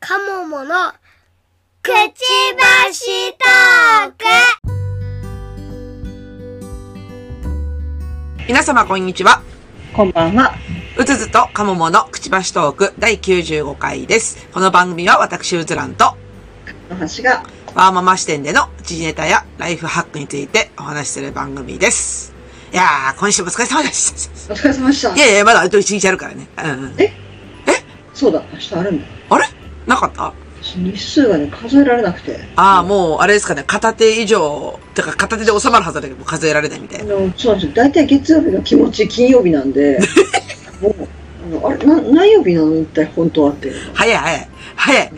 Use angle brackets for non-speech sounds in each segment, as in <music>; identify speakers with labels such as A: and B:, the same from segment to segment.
A: カモモのくちばしトーク
B: 皆様こんにちは。
C: こんばんは。
B: うつずとかもものくちばしトーク第95回です。この番組は私うずらんと
C: の橋が、
B: ワーママ視点での時事ネタやライフハックについてお話しする番組です。いやー、今週もお疲れ様でし。
C: お疲れ様でした
B: い。やいや、まだあと1日あるからね。うんうん。
C: そうだ、明日あるんだ。
B: あれなかった
C: 私日数がね、数えられなくて。
B: ああ、もう、あれですかね、片手以上、てか片手で収まるはずだけど、もう数えられないみた
C: あ
B: いな。
C: の、そうなんですよ。大体月曜日の気持ち、金曜日なん <laughs> で、もう、あの、あれ、な何曜日なの一体本当はっていうの
B: 早い早い。早い。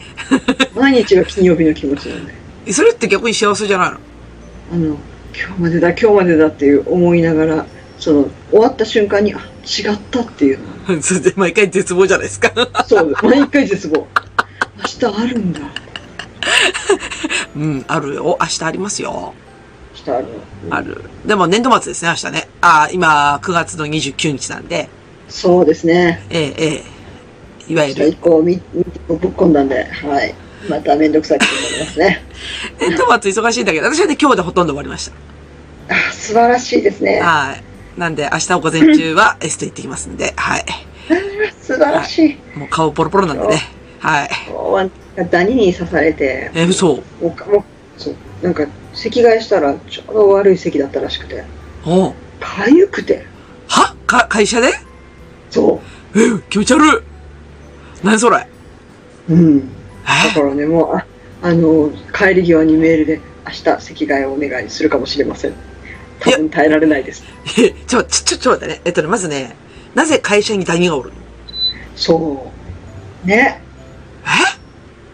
C: 毎日が金曜日の気持ちなんで、
B: それって逆に幸せじゃないの
C: あの、今日までだ、今日までだっていう思いながら、その、終わった瞬間に、あ、違ったっていうの
B: <laughs> それで毎回絶望じゃないですか。 <laughs>
C: そう、毎回絶 <laughs> 望。明日あるんだ。
B: うん、あるよ。明日ありますよ。
C: 明日あるの。
B: ある。でも年度末ですね、明日ね。あー今、9月の29日なんで、
C: そうですね。
B: ええええいわゆ
C: 最
B: る、
C: 高み見てぶっ込んだんで、はい。まためんどくさくなりますね。
B: 年度末忙しいんだけど、私はね、今日でほとんど終わりまし
C: あ素晴らしいですね
B: た。。はい。なんで、明日午前中はエステ行ってきますんで、はい。
C: 素晴らしい。
B: もう顔ポロポロなんでね。はい。
C: ワンダニに刺されて、
B: え、嘘。
C: もうかもうそうなんか席替えしたらちょうど悪い席だったらしくて、
B: おう
C: かゆくて、
B: はか、会社で
C: そ
B: え、気持ち悪い。何それ。
C: う、うん。だ
B: え
C: からね、もうああの帰り際にメールで明日席替えをお願いするかもしれません。多分耐えられないです。
B: え <laughs> ちょ、ちょ、ちょ、ちょ、待ってね。えっとね、まずね、なぜ会社にダニがおるの
C: そう。ね。
B: え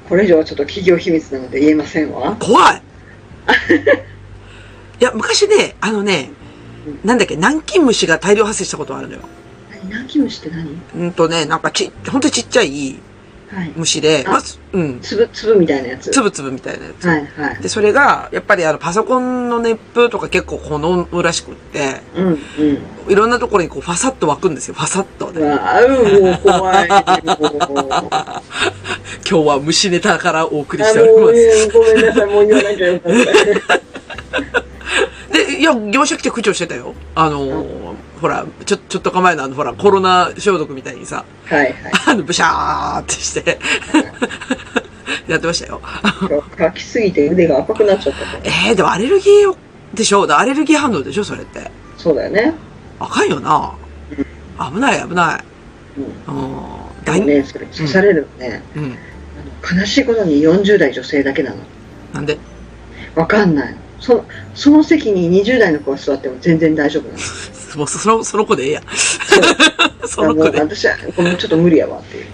C: これ以上はちょっと企業秘密なので言えませんわ。
B: 怖い。いや、昔ね、あのね、なんだっけ、南京虫が大量発生したことがあるのよ。
C: 何南京虫って何
B: うんとね、なんかち、ほんとちっちゃい
C: はい。
B: 虫で、
C: あ
B: まず、うん、
C: 粒、粒みたいなやつ。
B: つぶつぶみたいなやつ。
C: はいはい。
B: で、それが、やっぱりあの、パソコンの熱風とか結構好むらしくって、
C: うんうん。
B: いろんなところにこう、ファサッと湧くんですよ、ファサッと。
C: うわーもう怖い。もう
B: 今日は虫ネタからお送り
C: あ
B: して
C: の
B: おります。
C: ごめんなさい、もう言わなきゃよかった。
B: で、いや、業者来て口調してたよ。あのーほら、ちょ、ちょっと構えのあの、ほら、コロナ消毒みたいにさ、
C: はいはい。
B: あの、ブシャーってして、やってましたよ。
C: 今日書きすぎて腕が赤くなっちゃったから。
B: えー、でもアレルギーをでしょだアレルギー反応でしょそれって。
C: そうだよね。
B: あかんよな。危ない、危ない。
C: うん。
B: うん。
C: でもね、それ刺されるのね、
B: うん。
C: あの悲しいことに40代女性だけなの。
B: なんで
C: わかんない。その、その席に20代の子が座っても全然大丈夫なの。
B: もうそその、その子でええ <laughs> やん。その
C: も
B: 子
C: う
B: で。
C: 私は、ごめん、ちょっと無理やわっていう。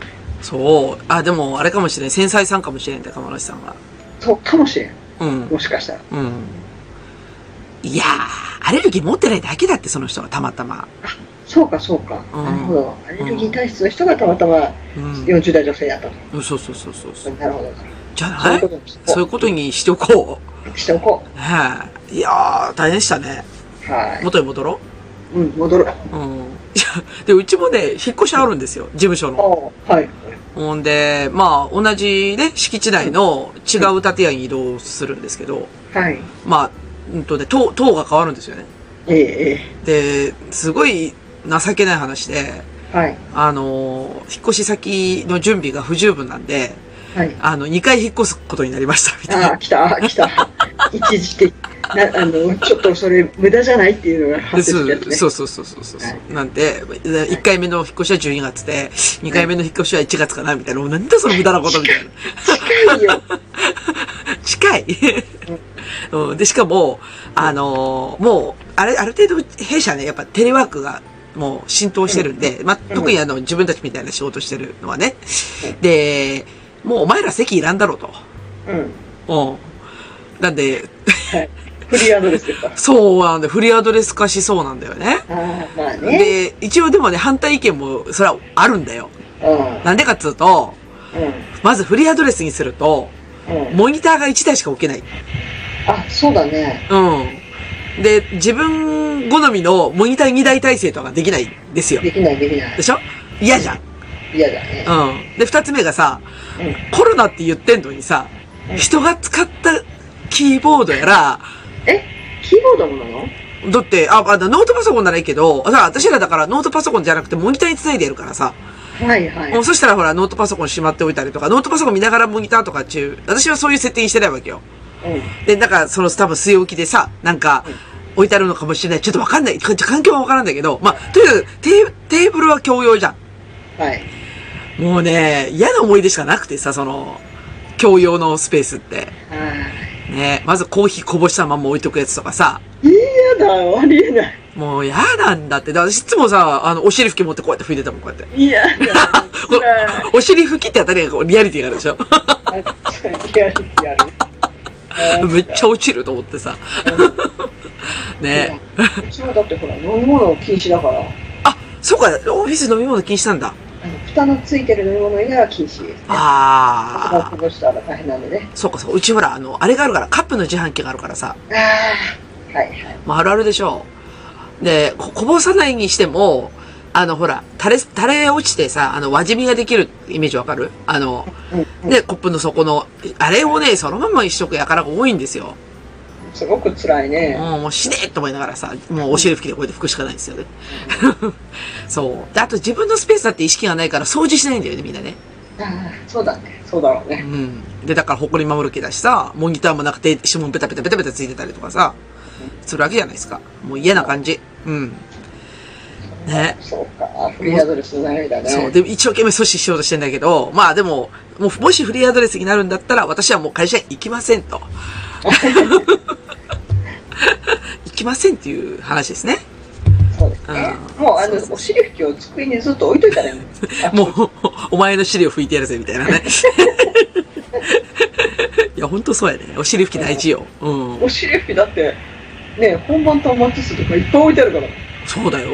B: そう。あ、でも、あれかもしれん。繊細さんかもしれんって、釜梨さんが。
C: そうかもしれん。
B: うん。
C: もしかしたら。
B: うん。いやー、アレルギー持ってないだけだって、その人は、たまたま。
C: そうか、そうか。
B: うん
C: なるほど。アレルギー体質の人がたまたま
B: うん。
C: 40代女性やったと。
B: そうそうそうそうそう。
C: なるほど。
B: じゃ
C: そう
B: ないいう
C: ことにし
B: そうい
C: と
B: うことにしておこう。
C: こう。しておこ
B: ねえ。いやー、大変でしたね。
C: う。はい。
B: 元に戻ろう。
C: うん、戻る。
B: うん。いやで、うちもね、引っ越しあるんですよ、事務所
C: あ
B: の。
C: あ、はい。
B: ほんで、まあ、同じね、敷地内の違う建屋に移動するんですけど、
C: はい。
B: まあ、うんとね、塔、塔が変わるんですよね。
C: ええ、え
B: で、すごい情けない話で、
C: え。はい。
B: あの、引っ越し先の準備が不十分なんで、
C: はい。
B: あの、2回引っ越すことになりました、みたい
C: ああ、
B: な。
C: 来た、
B: <laughs>
C: 来た。一時的。な、あの、ちょっとそれ、無駄じゃないっていうのが
B: で
C: 発生
B: そ
C: したやつ
B: う
C: ね。
B: そうそうそうそうそう、
C: は
B: なんで、1回目の引っ越しは12月で、2回目の引っ越しは1月かなみたいな。もうなんだその無駄なことみたいな。
C: 近いよ。
B: 近い、うん、で、しかも、あのーもう、あれ、ある程度、弊社ね、やっぱテレワークが、もう浸透してるんで、まあ、特にあの、自分たちみたいな仕事してるのはね。で、もうお前ら席いらんだろう
C: うん。
B: と。うん。なんで、 <laughs>
C: はい。フリーアドレスですか。
B: そうなんで、フリーアドレス化しそうなんだよね。
C: ああ、まあね。
B: で、一応でもね、反対意見も、それはあるんだよ。
C: うん。うん。
B: なんでかっつうと、まずフリーアドレスにすると、
C: うん。
B: モニターが1台しか置けない。
C: あ、そうだね。
B: うん。で、自分好みのモニター2台体制とかできないんですよ。
C: できない、できない
B: で。しょ嫌じゃん。
C: 嫌だね。
B: うん。で、二つ目がさ、
C: うん
B: コロナって言ってんのにさ、人が使ったキーボードやら、
C: えキーボードもなの
B: だって、あ、あノートパソコンならいいけど、さ、私らだからノートパソコンじゃなくてモニターにつないでやるからさ、
C: はいはい
B: <laughs> もう。そしたらほら、ノートパソコンしまっておいたりとか、ノートパソコン見ながらモニターとか中、私はそういう設定にしてないわけよ。
C: う
B: で、なんか、その、多分、据え置きでさ、なんか、置いてあるのかもしれない。ちょっとわかんない。か環境はわからんだけど、まあ、とにかく、テーテーブルは共用じゃ
C: ん。はい。
B: ん。もうね、嫌な思い出しかなくてさ、その、共用のスペースって。
C: はい。
B: ね、まずコーヒーこぼしたまま置いとくやつとかさ、
C: 嫌だ、ありえない。
B: もう嫌なんだって。だから私いつもさ、あの、お尻拭き持ってこうやって拭いてたもん、こうやって。
C: 嫌だ。
B: こう <laughs> お尻拭きってあたりがこうリアリティがあるでしょ
C: 嫌だ。嫌だ。やる。
B: めっちゃ落ちると思ってさ。ね
C: うちはだってほら、飲み物禁止だから、あ
B: あ、そうか、オフィス飲み物禁止なんだ。
C: の蓋のついてる飲み物以外は禁止ですね。そこを
B: あ
C: こ
B: あ。
C: ぼしたら大変なんでね。
B: そうかそう。うちほら、あの、あれがあるから、カップの自販機があるからさ。
C: ああ、はいはい。
B: まあ、あるあるでしょう。で、ここぼさないにしても、あの、ほら、垂れ、垂れ落ちてさ、あの、輪染みができるイメージわかるあの、
C: うん
B: で、コップの底の、あれをね、そのまま一食やからが多いんですよ。
C: すごく辛いね。
B: もう、もう死ねえと思いながらさ、もうお尻拭きでこうやって拭くしかないんですよね。 <laughs> そう。で、あと自分のスペースだって意識がないから掃除しないんだよね、みんなね。
C: ああ、そうだね。そうだろう
B: う
C: ね。
B: ん。で、だから埃守る気だしさ、モニターもなくて指紋ペタペタペタペタついてたりとかさ、するわけじゃないですか。もう嫌な感じ。うん。ね。
C: そうか。フリーアドレスの悩みだね。
B: そう。で、一生懸命阻止しようとしてんだけど、まあでも、もう、もしフリーアドレスになるんだったら、私はもう会社に行きませんと。 <laughs> 行きませんっていう話ですね。
C: そうですね。
B: うん
C: もう、あの
B: そうそ、う
C: お尻拭きを机にずっと置いといたらいいの
B: <laughs> もう、お前の尻を拭いてやるぜ、みたいなね。 <laughs> いや、ほんとそうやね。お尻拭き大事よ。うん。
C: お尻拭きだって、ね、本番とマッチスとかいっぱい置いてあるから。うん。
B: そうだよ。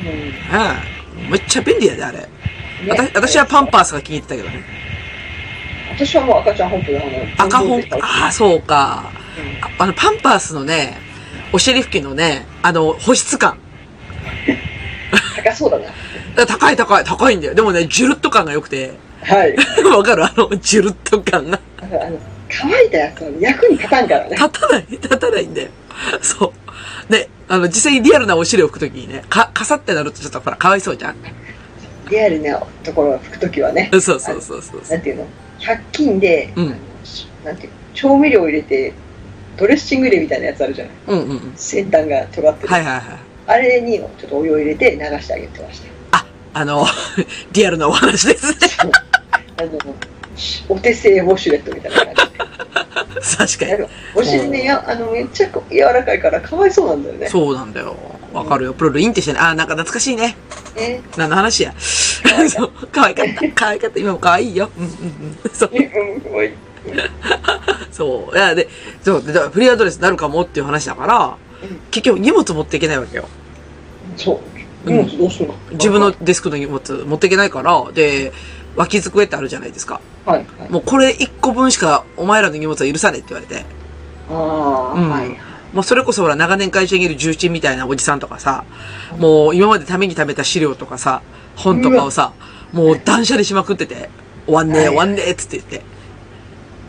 B: うん。めっちゃ便利やで、あれ。わた私はパン
C: パ。
B: パースが気に入ってたけどね。
C: 私はもう赤ちゃん本舗で、あの、
B: 赤本
C: 舗、
B: ああ、そうか。ああの、パンパースのね、お尻拭きのね、あの、保湿感。
C: 高そうだな。
B: 高い高い、高いんだよ。でもね、ジュルッと感が良くて。 <laughs>
C: はい。
B: わかるあの、ジュルッと感が。
C: あの、あの乾いたやつは役に立たんからね。
B: <laughs> 立たない、立たないんだよ。そう。で、あの、実際にリアルなお尻を拭くときにね、か、かさってなるとちょっとほら、かわいそうじゃん。
C: リアルなところを拭くときはね。
B: そうそうそうそうそう。
C: なんていうの ?100 均で、
B: うん
C: あのしなんていうの調味料を入れて、ドレッシング入れみたいなやつあるじゃな
B: う
C: い
B: んうんうん。
C: 先端が尖ってる。
B: はいはいはい。
C: あれにちょっとお湯を入れて流してあげてました。
B: あ、あの、 <laughs> リアルなお話ですね。 <laughs>
C: あのお手製ウォシュレットみたいな感
B: 確
C: じ
B: か
C: で。なん
B: に。
C: かお尻ね、やあのめっちゃ柔らかいからかわいそうなんだよね。
B: そうなんだよ。わかるよ。プロルインってしてね。あー、なんか懐かしいね。
C: ね
B: 何の話や。 <laughs> そう。可愛かった。可愛かった。今も可愛いよ。うんうんうん。そう。
C: うんおい
B: そう。いや、で、そう。でだからフリーアドレスになるかもっていう話だから
C: うん、
B: 結局荷物持っていけないわけよ。
C: <laughs> そう。荷物どうするの、
B: 自分の。デスクの荷物持っていけないから、で、脇机ってあるじゃないですか。
C: はい、はい。
B: もうこれ1個分しかお前らの荷物は許さねえって言われて。
C: あ
B: う
C: あ、
B: ん
C: はい。
B: もうそれこそほら長年会社にいる重鎮みたいなおじさんとかさ、もう今までために貯めた資料とかさ、本とかをさ、もう断捨離しまくってて、終わんねえ
C: はい
B: 終わんねえっつって言って。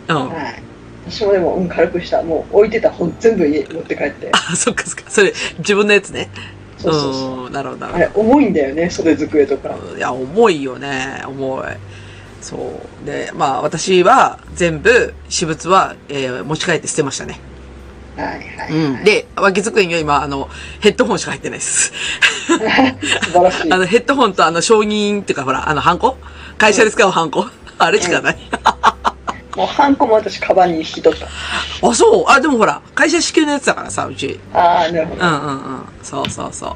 B: うん。
C: はい。私もでも、うん、軽くした。もう置いてた本全部家に持って帰って。
B: あ、そっかそっか。それ、自分のやつね。
C: そうそうそう。
B: ん。なるほど、
C: あ
B: なる
C: れ、重いんだよね、袖机とか
B: ほ。ど。いや、重いよね。重い。そう。で、まあ私は全部、私物は、えー持ち帰って捨てましたね。
C: はいはい。
B: うん。で、脇机には今、あの、ヘッドホンしか入ってないです。
C: 素晴らしい。
B: <laughs> あの、ヘッドホンとあの、承認っていうか、ほら、あの、ハンコ会社で使うハンコあれしかない。
C: もう、ハンコも私、カバンに引き取った。
B: あ、そう。あ、でもほら、会社支給のやつだからさ、うち。
C: ああ、なるほど。
B: うんうんうん。そうそうそ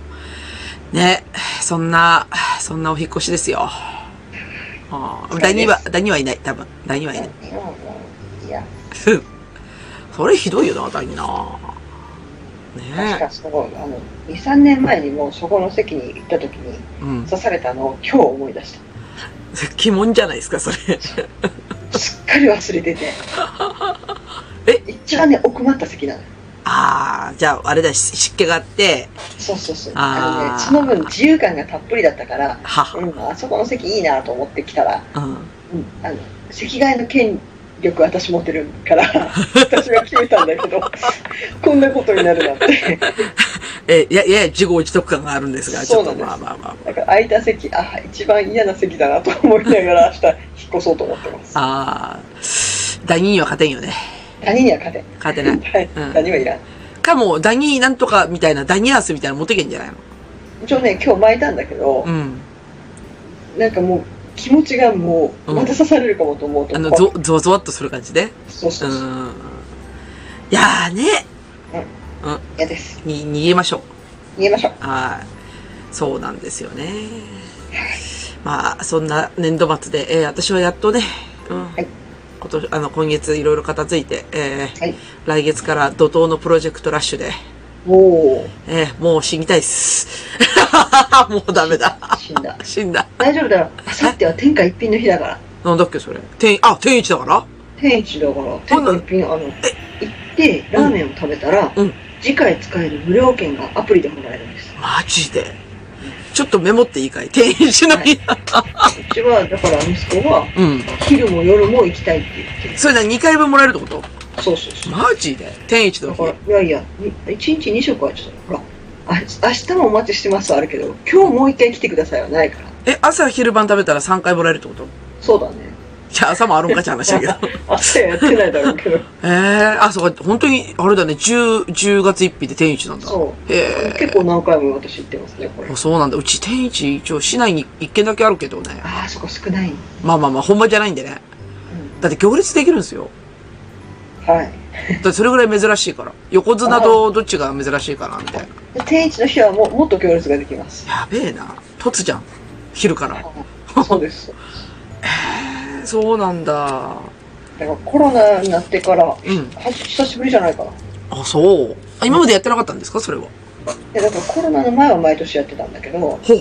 B: う。ね。そんな、そんなお引っ越しですよ。あーダニは、ダニはいない、多分。ダニはいない。
C: うんうんいや、
B: <laughs> それひどいよな、ダニな。
C: 確
B: ね
C: かそこ、あの、2、3年前にもうそこの席に行った時に
B: うん。
C: 刺されたのを今日思い出し
B: 鬼門じゃないですか、それ。 <laughs>
C: た。すっかり忘れてて。
B: え
C: 一番ね、奥まった席なのよ。
B: ああ、じゃあ、あれだ、し湿気があって、
C: そうそうそう。あの
B: あ
C: ね、
B: ー
C: その分自由感がたっぷりだったから、
B: は、
C: うん、あそこの席いいなと思ってきたら、
B: うん。
C: うん、あの、席替えの権力私持ってるから、
B: <laughs>
C: 私が決めたんだけど、こんなことになるなんて。
B: え、や、やや自業自得感があるんですが、ちょっと
C: そうなんです
B: まあまあまあ。
C: だから空いた席、あ、一番嫌な席だなと思いながら明日引っ越そうと思ってます。
B: ああ、ダニーには勝てんよね。
C: 他人には勝てん。
B: 勝てない。
C: はい、
B: うん
C: 他人はいらん。
B: かも、ダニーなんとかみたいな、ダニアースみたいなの持ってけんじゃないの
C: 一応ね、今日巻いたんだけど
B: う、ん。
C: なんかもう気持ちがもう、
B: うん
C: また刺されるかもと思うと、
B: あの、
C: 怖
B: ゾ
C: く、
B: ゾワゾワっとする感じで。
C: そうそううそう、
B: ん。いやーね、
C: 嫌です。
B: に、逃げましょう。
C: 逃げましょう。
B: はい。そうなんですよね。まあ、そんな年度末で、えー私はやっとね、うん。
C: はい
B: 今年、あの、今月いろいろ片付いて、えー
C: はい
B: 来月から怒涛のプロジェクトラッシュで、
C: おー、
B: えーもう死にたいっす。 <laughs> もうダメだ。
C: 死んだ。
B: 死んだ。
C: 大丈夫だよ。あさっては天下一品の日だから。
B: なんだっけ、それ。天、あ、天一だから
C: 天一だから、天下一品、あの、行って、ラーメンを食べたら、
B: うん
C: 次回使える無料券がアプリでもらえるんです。
B: マジで。ちょっとメモっていいかい天一の日だ。
C: うちは、だから息子は、
B: <laughs> うん。
C: 昼も夜も行きたいって言って
B: それな、2回分もらえるってこと
C: る。そうそうそう。
B: マジで天一の
C: だ
B: 日
C: か。ら、いやいや、1日2食はちょっと、ほら、あ明日もお待ちしてますはあるけど、今日もう一回来てくださいはないから。
B: え、朝昼晩食べたら3回もらえるってこと
C: そうだね。
B: じゃあ朝もあるんかって話だけ
C: <laughs>
B: ど。
C: 明日やってないだろうけど。
B: ええあ、そうか、本当に、あれだね、10、10月1日で天一なんだ。
C: そ
B: え
C: う。結構何回も私行ってますね、これ
B: え。そうなんだ。うち天一、一応市内に1軒だけあるけどね。
C: ああ、そこ少ない。
B: まあまあまあ、本場じゃないんでね。
C: う
B: だって行列できるんですよ。
C: ん、はい。
B: だってそれぐらい珍しいから。横綱とどっちが珍しいかな、みたいな。
C: で天一の日はもうもっと行列ができます。 <laughs>
B: やべえな。突じゃん。昼から。
C: そうです。
B: そうなんだ。
C: だからコロナになってから、は
B: うん。
C: 久しぶりじゃないかな。
B: あ、そう。あ今までやってなかったんですかそれは。
C: でだからコロナの前は毎年やってたんだけど、
B: ほう。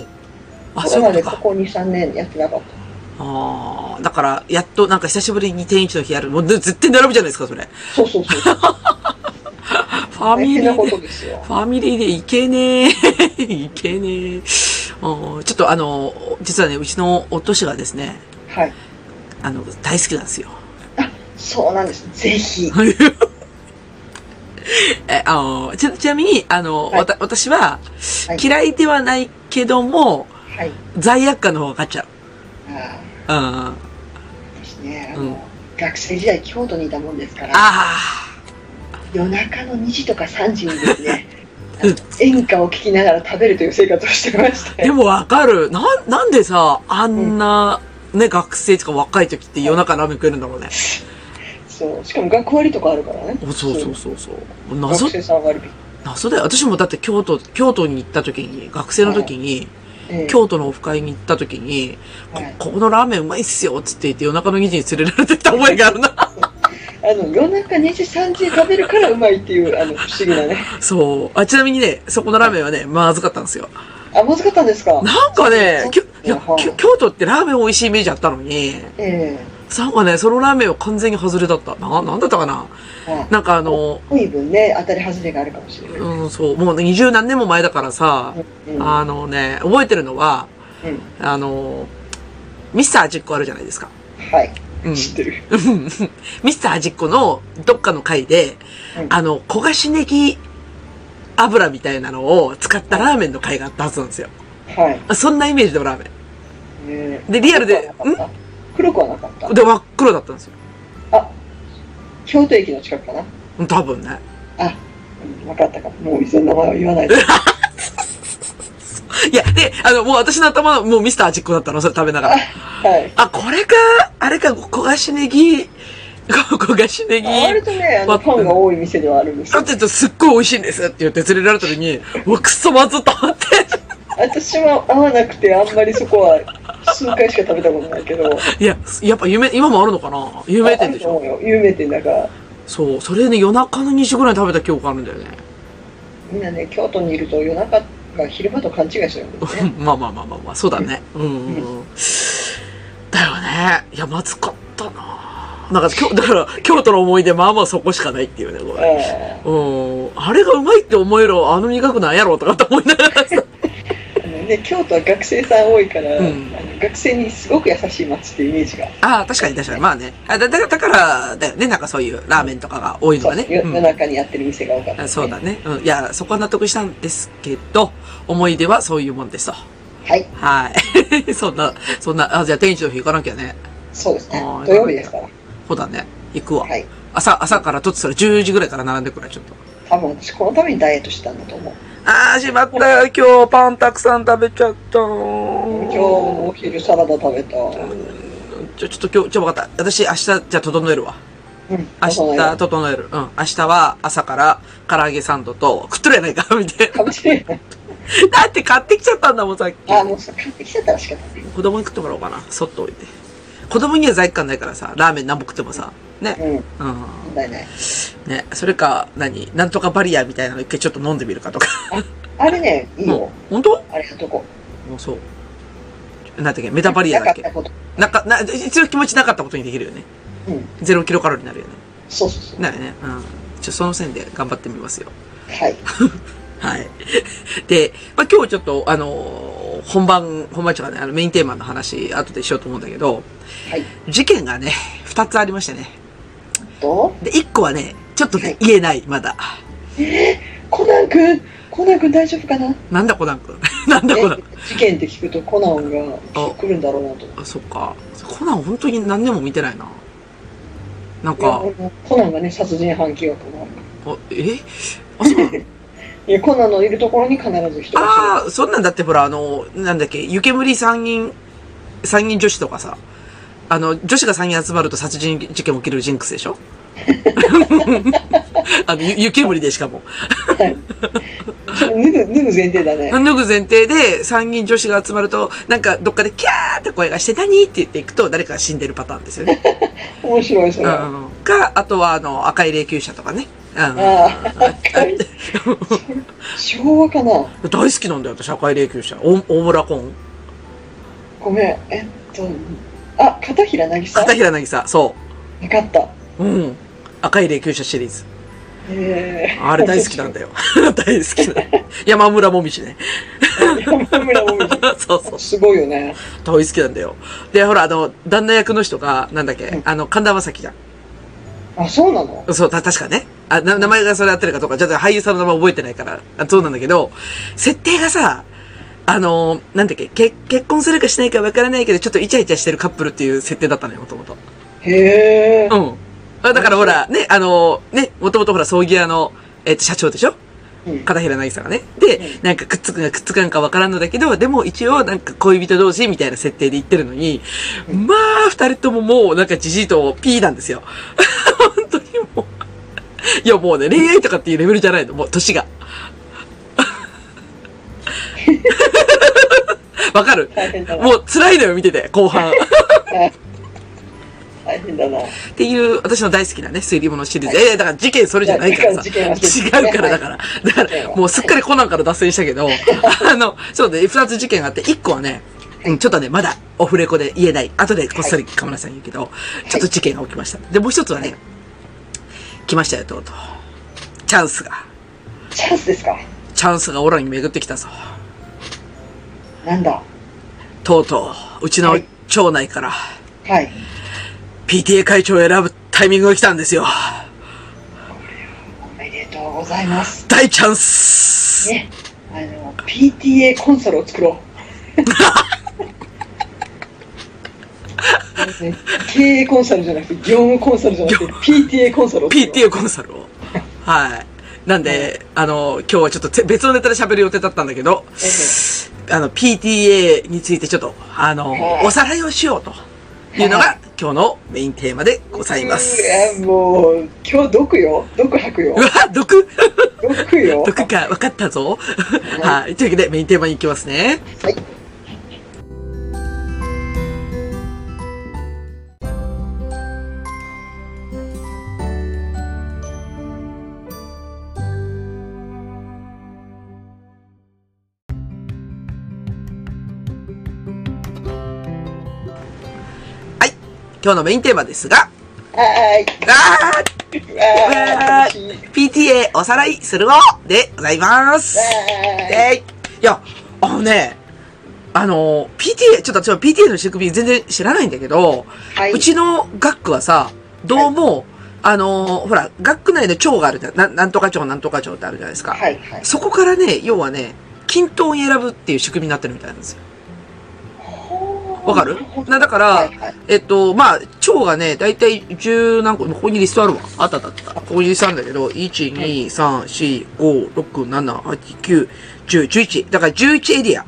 B: あ、
C: コ
B: そ
C: ロ
B: うい
C: ナ
B: うこ
C: で
B: と
C: こ
B: か。
C: こ2、3年やってなかっ
B: ああ。だから、やっと、なんか久しぶりに天一の日やる。もう絶対並ぶじゃないですか、それ。
C: た。そうそう <laughs> そう。
B: ファ
C: 大
B: ミリ
C: 変なこ
B: ーで
C: と、ですよ。
B: ファミリーでいけねえ。 <laughs> いけねえ。うんちょっとあの、実はね、うちのお年がですね、
C: はい。
B: あの、大好きなんですよ。 <laughs>
C: そうなんです。ぜひ。
B: え、あの、ちなちなみに、あの、
C: はい
B: わた私は、
C: はい
B: 嫌いではないけども、
C: はい。
B: 罪悪感の方が勝っち
C: あ
B: ゃう。うん。
C: あ、ですね。あ
B: うん
C: の、学生時代京都にいたもんですから、
B: あ、
C: 夜中の2時とか3時にですね <laughs>
B: うん
C: あの演歌を聴きながら食べるという生活をしてまし
B: あ、で
C: て。
B: もわかる。なん、なんでさ、あんな、ね、学生とか若い時って夜中ラーメン食えるんだろうね。
C: そう。しかも学割とかあるからね。
B: おそうそうそうそう。謎
C: 学、生さん割引。
B: 謎だよ。私もだって京都、京都に行った時に、学生の時に、
C: ええ
B: 京都のオフ会に行った時に、こ
C: はい
B: ここのラーメンうまいっすよっつって言って夜中の2時に連れられてった覚えがある
C: <laughs>
B: な。
C: あの夜中2時3時に食べるからうまいっていうあの不思議なね
B: そう。あ、ちなみにね、そこのラーメンはね、まずかったんですよ。
C: あまずかったんですか
B: なんかね、きょいや
C: はあ
B: きょ京都ってラーメン美味しいイメージあったのに、
C: え
B: なんかね、そのラーメンは完全に外れだった。な、なんだったかな
C: えはい
B: なんかあの、
C: 多い分ね当たり外れがあるかもしれない、
B: うん、そう、もうね20何年も前だからさ、
C: うん
B: あのね、覚えてるのは、
C: うん
B: あの、ミスター味っ子あるじゃないですか。
C: はい、
B: うん。
C: 知ってる
B: うんミスター味っ子のどっかの回で、
C: うん
B: あの、焦がしネギ油みたいなのを使ったラーメンの回があったはずなんですよ。
C: はい、
B: そんなイメージのラーメ
C: ええ
B: でリアルで
C: 黒くはなかった黒くはなかった
B: ン。で、真っ黒だったんですよ。
C: あ京都駅の近くかな
B: 多分ね。
C: あ分かったかもうお店の名前は言わないで
B: いや、で、あの、もう私の頭の、もうミスター味っ子だったの、それ食べながら。
C: はい
B: あ、これか、あれか、焦がしネギ、 <laughs> こ焦がしネギ。
C: 割とねあのパンが多い店ではあるんです
B: あ
C: よ
B: って言うとすっごい美味しいんですって言って連れられた時に、うわ、くそまずっと思って。
C: 私は合わなくてあんまりそこは数回しか食べたことないけど
B: いや、やっぱ夢、今もあるのかな有名店でしょ
C: あると思うよ有名店だから
B: そう。それね、夜中の2時ぐらいに食べた記憶あるんだよね。
C: みんなね京都にいると夜中が昼間と勘違いしちゃうんですね
B: <laughs> まあまあまあまあまあ、 <laughs> そうだね。うんうんうん。だよね。いや、まずかったななんか、きょだから、京都の思い出、まあまあそこしかないっていうね、これ。
C: え
B: うん。あれがうまいって思えろ、あの苦くなんやろ、とかって思いながらさ。
C: ーあのね、京都は学生さん多いから、
B: うん
C: あの学生にすごく優しい街っていうイメージが、
B: <laughs> ああ、確かに確かに。まあね。あだだだから、だよね、なんかそういうラーメンとかが多いの
C: そ
B: が
C: う
B: ね。
C: 夜
B: うん
C: 夜中にやってる店が多かった、
B: あそうだ。ね。うん。いや、そこは納得したんですけど、思い出はそういうもんですと。
C: はい、
B: はい。 <laughs> そんな、そんな、あ、じゃあ天使の日行かなきゃね。
C: そうですね
B: あー。
C: 土曜日ですから。
B: そうだね。行くわ。
C: はい。
B: 朝、朝からとってたら10時ぐらいから並んでくらい、ちょっと。
C: 多分私このためにダイエットしてたんだと思う。
B: あー、しまったよ。今日パンたくさん食べちゃった。
C: 今日のお昼サラダ食べた。
B: ちょ、ちょっと今日、ちょ、わかった。私明日、じゃあ整えるわ。
C: うん。
B: 明
C: そう
B: 日
C: だね
B: 整える。うん。明日は朝から唐揚げサンドと、食っとるやない <laughs> か、みたい
C: かもしれない。
B: な。だって買ってきちゃったんだもん、さっき。
C: あ、もうそう買ってきちゃったら仕方ない。
B: 子供に食ってもらおうかな。そっと置いて。子供には罪悪感ないからさ、ラーメン何本食ってもさ。ね。
C: うん。
B: うん。
C: 問題ない。
B: ね。それか、何なんとかバリアみたいなの一回ちょっと飲んでみるかとか。
C: あれね、いいよ。
B: 本当も
C: あれのとこ。
B: うそう。なんだっけメタバリアだっけ
C: なかったこ
B: なんか、な、一応気持ちなかったことにできるよね。
C: と。うん。
B: ゼロキロカロリーになるよね。
C: そうそうそう。
B: だよね。うん。ちょ、その線で頑張ってみますよ。
C: はい。
B: はい。 <laughs> で、まあ、今日ちょっと、あのー本番、本番とかね、あの、メインテーマの話、後でしようと思うんだけど、
C: はい。
B: 事件がね、二つありましたね。
C: と、
B: で、一個はね、ちょっと
C: は
B: ね
C: い、
B: 言えない、まだ。
C: コナン君コナン君大丈夫かな
B: なんだコナン君。なんだ
C: ね
B: コナン。
C: 事件って聞くとコナンが来るんだろうなと。
B: あ、そっか。コナン本当に何年も見てないな。なん
C: いや
B: か、
C: 俺もコナンがね、殺人犯疑惑があるか
B: あえあ、そうな
C: <laughs>
B: の
C: ら。いや、コナンのいるところに必ず人が来る。
B: ああ、そんなんだってほら、あの、なんだっけ、湯煙三人、三人女子とかさ、あの、女子が三人集まると殺人事件起きるジンクスでし
C: <laughs>
B: ょあの、ゆ湯煙でしかも。
C: それ脱ぐ、脱ぐ前提だね。
B: 脱ぐ前提で三人女子が集まると、なんかどっかでキャーって声がして何って言っていくと誰かが死んでるパターンですよね。
C: 面白い、そうれ。あ
B: ん。か、あとはあの、赤い霊柩車とかね。うん。
C: あ、赤い。昭和かな
B: 大好きなんだよ、私、赤い霊柩車。お大村コン。
C: ごめん。えっと、あ、片平なぎさ
B: 片平なぎさ、そ
C: わかった。
B: う。うん。赤い霊柩車シリーズ。
C: えー
B: あれ大好きなんだよ。 <laughs> 大好きな。
C: <laughs>
B: 山村もみじね。 <laughs>
C: 山村もみじ
B: そうそう。
C: すごいよね。
B: 大好きなんだよ。で、ほら、あの、旦那役の人が、なんだっけ、
C: うん
B: あの、神田正輝じゃ
C: あ、そうなの
B: ん。そう、た、確かね。あ、な名前がそれ合ってるかとか、ちょっと俳優さんの名前覚えてないから、あそうなんだけど、設定がさ、あの、なんだっけ、け結婚するかしないかわからないけど、ちょっとイチャイチャしてるカップルっていう設定だったのよ、もともと。
C: へえ
B: う。ん。あだからほら、ね、あの、ね、もともとほら、葬儀屋の、えっと、社長でしょ
C: うん
B: 片平渚がね。で、なんかくっつくかくっつかんかわからんのだけど、でも一応なんか恋人同士みたいな設定で言ってるのに、まあ、二人とももうなんかじじいとピーなんですよ。 <laughs> 本当にもう。いやもうね、恋愛とかっていうレベルじゃないの、もう
C: <laughs>
B: 年が。わかる
C: 大変だな。
B: もう辛いのよ、見てて、後半。
C: 大変だな。
B: っていう、私の大好きなね、推理物シリーズ。ええだから事件それじゃないからさ。
C: いや事
B: 違
C: 件は事件
B: うから、
C: は
B: だから。だから、もうすっかりコナンから脱線したけど、あの、そうね、二つ事件があって、一個はね、うんちょっとね、まだ、オフレコで言えない。後でこっそりカメラさん言うけど、ちょっと事件が起きました。で、もう一つはね、来ましたよ、とうとう。チャンスが。
C: チャンスですか
B: チャンスがオラに巡ってきたぞ。
C: なんだ
B: とうとう、うちの町内から、
C: はい。
B: PTA 会長を選ぶタイミングが来たんですよ。
C: おめでとうございます。
B: 大チャンス
C: ね。あの、PTA コンサルを作ろ
B: <laughs>
C: う。ね経営コンサルじゃなくて、業務コンサルじゃなくて、PTA コンサルを作ろう。
B: PTA コンサルを。はい。なんで、あの、今日はちょっとて別のネタで喋る予定だったんだけど、あの、PTA についてちょっと、あの
C: は、い
B: おさらいをしようというの
C: は
B: が、今日のメインテーマでござい
C: <laughs>
B: ます。
C: いや、もう、今日毒よ。毒吐くよ
B: う。わ、毒
C: 毒よ。
B: 毒か、分かったぞ。はい。というわけで、メインテーマに行きますね。
C: はい。
B: はい。今日のメインテーマですが、
C: はー
B: あー
C: い。わーい。
B: <laughs> PTA おさらいするをでございます。
C: わーい。
B: えい。いや、あのね、あの、PTA、ちょっと私は PTA の仕組み全然知らないんだけど、。
C: はいう
B: ちの学区はさ、どうも、あの、ほら、学区内の町があるじゃん。ななんとか町、なんとか町ってあるじゃないですか。
C: はいはい。
B: そこからね、要はね、均等に選ぶっていう仕組みになってるみたいなんですよ。わかるなだから
C: はいはい
B: えっと、まあ、蝶がね、だいたい十何個、ここにリストあるわ。あったあったあった。ここにリストあるんだけど、1、2、3、4、5、6、7、8、9、10、11。だから11エリア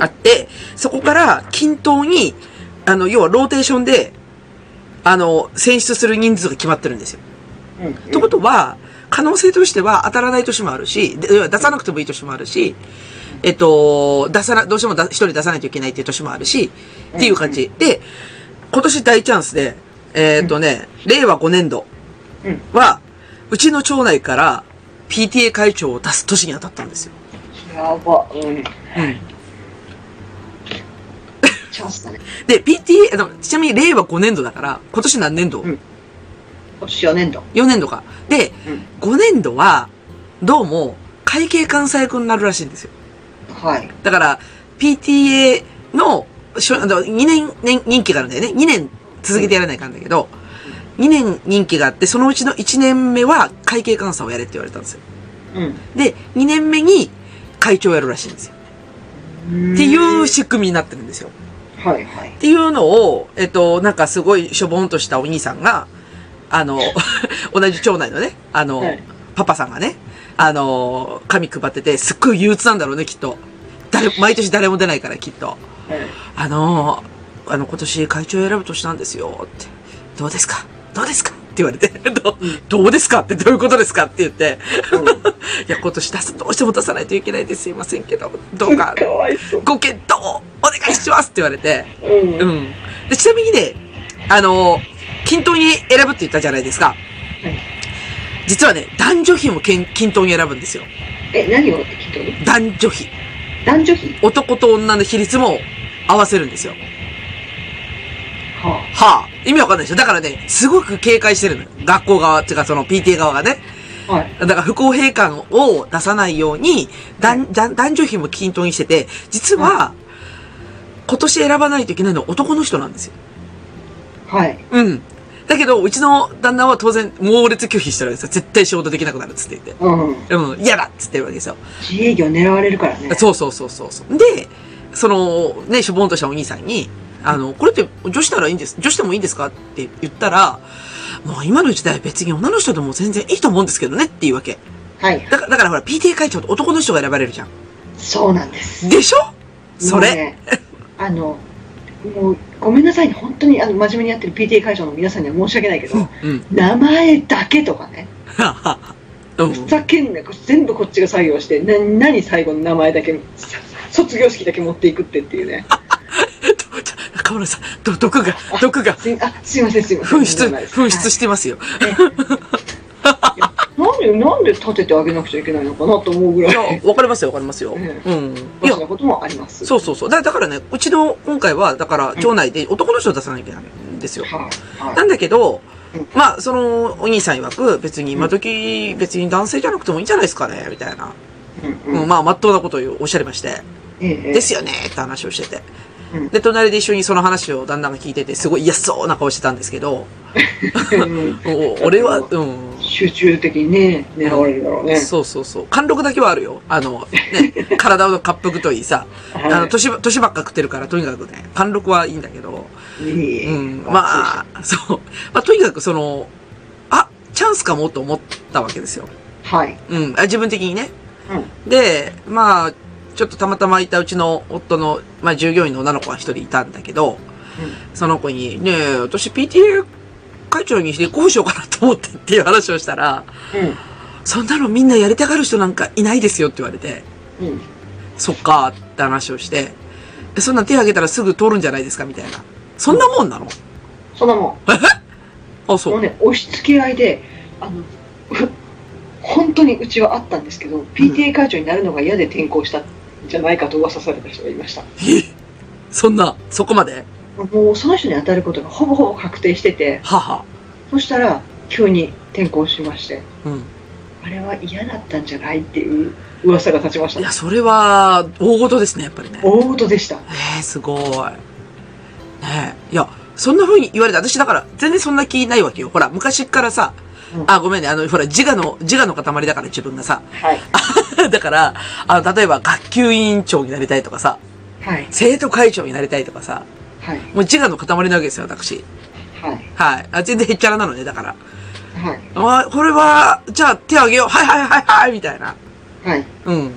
B: あって、そこから均等に、あの、要はローテーションで、あの、選出する人数が決まってるんですよ。
C: うんうん
B: ってことは、可能性としては当たらない年もあるし、で要は出さなくてもいい年もあるし、えっと、出さな、どうしてもだ一人出さないといけないっていう年もあるし、っていう感じ。で、今年大チャンスで、えっとね、令和5年度は、うちの町内から PTA 会長を出す年に当たったんですよ。
C: やば。うん。
B: うん。
C: チャンスだね。
B: で、PTA、あのちなみに令和5年度だから、今年何年度、
C: うん今年4年度。
B: ?4 年度か。で、
C: うん
B: 5年度は、どうも、会計監査役になるらしいんですよ。
C: はい。
B: だから、PTA の、しょあの2年年任期があるんだよね。2年続けてやらないかんだけど、2年任期があって、そのうちの1年目は会計監査をやれって言われたんですよ。
C: うん。
B: で、2年目に会長をやるらしいんですよ。っていう仕組みになってるんですよ。
C: はいはい
B: っ。ていうのを、えっと、なんかすごいしょぼんとしたお兄さんが、あの、 <laughs> 同じ町内のね、あの、
C: はい
B: パパさんがね、あの、紙配ってて、すっごい憂鬱なんだろうね、きっと。誰、毎年誰も出ないから、きっと。あの、あの、今年会長を選ぶ年なんですよ、って。どうですかどうですかって言われて、 <laughs> どどうですかってどういうことですかって言って、 <laughs> いや、今年出す、どうしても出さないといけないですいませんけど、ど
C: う。
B: うんか
C: か、わいそう。
B: ご検討をお願いしますって言われて、
C: うん。
B: う
C: は
B: ん。で、ちなみにね、あの、均等に選ぶって言ったじゃないですか。
C: い
B: 実はね、男女比もけん均等に選ぶんですよ。
C: え、何を聞いてる
B: 男女比。
C: 男女比
B: 男と女の比率も合わせるんですよ。
C: は
B: はあ、意味わかんないでしょだからね、すごく警戒してるのよ。学校側、っていうかその PTA 側がね。
C: あ。はい。
B: だから不公平感を出さないように、男男男女比も均等にしてて、実は、今年選ばないといけないのは男の人なんですよ。
C: はい。
B: うん。だけど、うちの旦那は当然、猛烈拒否してるわけですよ。絶対仕事できなくなるっつって言って。
C: うん。
B: うん、嫌だっつってるわけですよ。
C: 自営業狙われるからね。
B: そうそうそうそうそう。で、その、ね、しょぼんとしたお兄さんに、あの、これって女子ならいいんです、女子でもいいんですかって言ったら、もう今の時代別に女の人でも全然いいと思うんですけどねっていうわけ。
C: はい。
B: だから、だからほら、PTA 会長って男の人が選ばれるじゃん。
C: そうなんです。
B: でしょそ
C: もう
B: れ。
C: ね、あの、もう、ごめんなさいね。本当に、あの、真面目にやってる PTA 会長の皆さんには申し訳ないけど、
B: うん。
C: 名前だけとかね。
B: う
C: ふ
B: ん。 <laughs>
C: ざけんなよ全部こっちが作業して、な、何最後の名前だけ、さ卒業式だけ持っていくってっていうね。
B: 中村さん、ど毒が、毒が、
C: すいあ、すいません、すいません。
B: 紛失、紛
C: し
B: 失してますよ。
C: なんで、なんで立ててあげなくちゃいけないのかなと思うぐら
B: い
C: い
B: や、、わかりますよ、わかりますよ。
C: ね
B: うん。
C: お
B: い
C: か
B: や
C: しな、こともあります。
B: そうそうそう。だだからね、うちの今回は、だから、町内で男の人を出さなきゃいけないんですよ。
C: はい、
B: な
C: は
B: んだけど
C: うん、
B: まあ、その、お兄さん曰く、別に今時、別に男性じゃなくてもいいんじゃないですかね、みたいな。
C: い。うん、
B: う、
C: うんん。
B: まあ、まっとうなことを言うおっしゃりまして、
C: ええええ
B: ですよねって話をしてて
C: うん。
B: で、隣で一緒にその話を旦那が聞いてて、すごい嫌そうな顔してたんですけど、
C: うん
B: お俺は、うん。
C: 集中的にね、狙われるだろうね。
B: そうそうそう。貫禄だけはあるよ。あの、
C: <laughs>
B: ね、体の滑腹といいさ、
C: はい
B: あの、年ば、年ばっか食ってるから、とにかくね、貫禄はいいんだけど、
C: いい
B: うん、まあ、そう。まあ、とにかくその、あ、チャンスかもと思ったわけですよ。
C: はい。
B: うん、あ自分的にね。
C: う
B: で、まあ、ちょっとたまたまいたうちの夫の、まあ、従業員の女の子が一人いたんだけど、その子に、ねえ、私 PTA 会長に立候補しようかなと思ってっていう話をしたら、そんなのみんなやりたがる人なんかいないですよって言われて、
C: うん。うん。
B: そっかって話をして、えそんな手挙げたらすぐ通るんじゃないですかみたいな。そんなもんなの
C: そんなもん。
B: あ、そ
C: もう
B: う。
C: ね、押し付け合いで、あの、 <laughs> ふ本当にうちはあったんですけど、PTA 会長になるのが嫌で転校したんじゃないかと噂された人がいました。
B: えそんな、そこまで
C: もうその人に当たることがほぼほぼ確定してて、
B: はは。
C: そしたら、急に転校しまして、
B: うん。
C: あれは嫌だったんじゃないっていう噂が立ちまし
B: いや、
C: た。
B: それは、大事ですね、やっぱりね。
C: 大事でした。
B: えー、すごい。ねえ。いや、そんな風に言われた。私、だから、全然そんな気ないわけよ。ほら、昔っからさ、
C: うん
B: あ、ごめんね。あの、ほら、自我の、自我の塊だから、自分がさ。 <laughs>
C: はい。
B: だから、あの、例えば、学級委員長になりたいとかさ、
C: はい。
B: 生徒会長になりたいとかさ、
C: はい。
B: もう自我の塊なわけですよ、私。
C: はい。
B: はい。あ全然へっちゃらなのね、だから。
C: はい。
B: あ、これは、じゃあ、手あげよう。はいはいはいはい、みたいな。
C: はい。
B: うん。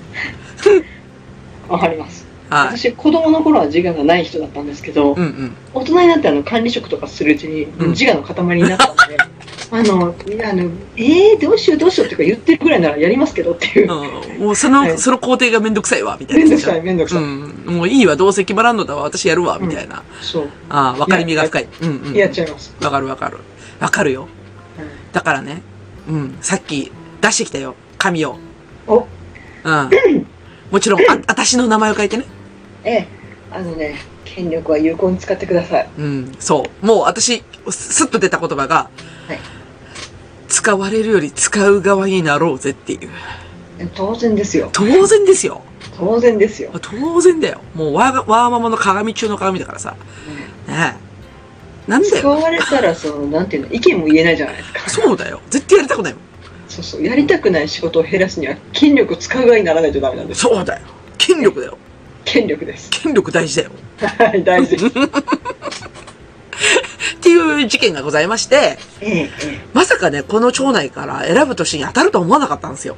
C: わかります。
B: はい。
C: 私、子供の頃は自我がない人だったんですけど、
B: うんうん。
C: 大人になってあの管理職とかするうちに
B: ん
C: 自我の塊になったので、あの、あの、えー、どうしようどうしようとか言ってるぐらいならやりますけどっていう。
B: うんもうその、
C: はい
B: その工程がめんどくさいわ、みたいな。
C: <laughs> めんどくさい、めんどく
B: う
C: さい。
B: ん。もういいわ、どうせ決まらんのだわ、私やるわ、みたいな。
C: そう。
B: ああ、分かりみが深い。うんうん。
C: やっちゃいます。
B: わかるわかる。わかるよ。
C: はい
B: だからね、うん、さっき出してきたよ、紙を。
C: お、 <laughs>
B: うん。もちろん、あ、私の名前を書いてね。
C: ええ、あのね、権力は有効に使ってください。
B: うん、そう。もう私、すっと出た言葉が、
C: はい
B: 使われるより使う側になろうぜっていう。
C: 当然ですよ。
B: 当然ですよ。
C: 当然ですよ。
B: 当然だよ。もうわが、わーままの鏡中の鏡だからさ。ねえ。なんだ
C: 使
B: よ。
C: われたら、その、なんていうの、意見も言えないじゃないですか。
B: そうだよ。絶対やりたくないもん。
C: そうそう。やりたくない仕事を減らすには、権力を使う側にならないとダメなんです。
B: そうだよ。権力だよ。
C: 権力です。 <laughs>
B: 権力大事だよ。
C: はい、大 <laughs> 事です。
B: っていう事件がございまして、
C: ええ、え
B: まさかね、この町内から選ぶ年に当たるとは思わなかったんですよ。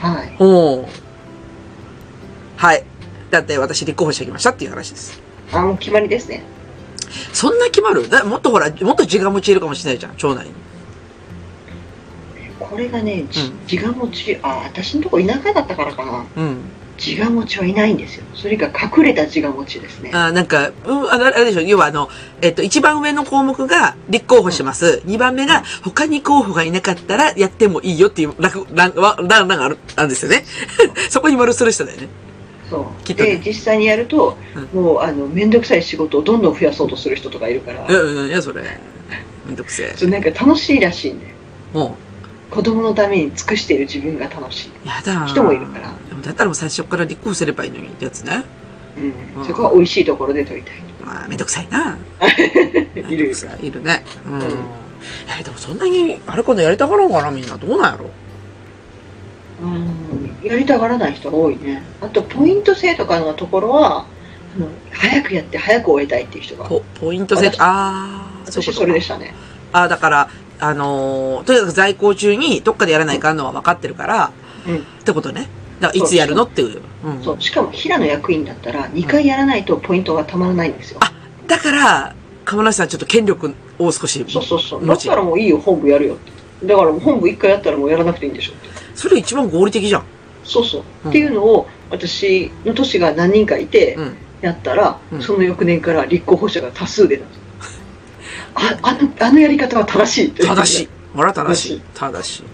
C: え、はい。
B: おはい。だって私立候補してきましたっていう話です。
C: あ、もう決まりですね。
B: そんな決まるだもっとほら、もっと時間持ちいるかもしれないじゃん、町内に。
C: これがね、じ
B: うん
C: 自我持ち、あ、私のとこ田舎だったからかな。
B: うん。
C: 自我持ちはいないんですよ。それが隠れた自我持ちですね。
B: あなんか、うん、あのあれでしょ、要はあの、えっと、一番上の項目が立候補します。二、番目が他に候補がいなかったらやってもいいよっていう楽、欄は欄欄がある、あるんですよね。 <laughs> そこに丸する人だよね。
C: そう。
B: きっとね
C: で、実際にやると、もう、あの、めんどくさい仕事をどんどん増やそうとする人とかいるから、
B: うんうん、いや、それ。めんどくせえ。
C: そうなんか楽しいらしいね。
B: も
C: 子供のために尽くしている自分が楽しい。
B: う、やだ。
C: 人もいるから。
B: でもだったらもう最初から立候補すればいいのにってやつね。
C: う
B: うん
C: ん。そこは美味しいところで撮りたい。
B: まあ、めんどくさいな。めん
C: い
B: ど
C: る
B: くさい。いるね。うん。
C: ん
B: え、でもそんなに、あれかな、やりたがらんかな、みんな。どうなんやろ
C: うん。やりたがらない人が多いね。あと、ポイント制とかのところは、あの早くやって早く終えたいっていう人が。
B: ポ、ポイント制
C: 私
B: ああ、そういう
C: 私
B: こと
C: そ
B: か
C: れでしたね。
B: ああ、だから、あのーとにかく在校中にどっかでやらないかんのは分かってるから、
C: うん
B: ってことね。だからいつやるのっていう。うん。
C: そう。しかも、平野役員だったら、2回やらないとポイントがたまらないんですよ。
B: だから、鴨梨さんちょっと権力を少し。
C: そうそうそう。だ
B: も
C: っ
B: ち
C: たらもういいよ、本部やるよって。だからもう本部1回やったらもうやらなくていいんでしょって。
B: それ一番合理的じゃん。
C: そうそう。
B: うん
C: っていうのを、私の年が何人かいて、
B: うん。
C: やったら、
B: うん
C: その翌年から立候補者が多数出たとああのあのやり方は正しいって
B: 正しい。ほら、正しい。正しい。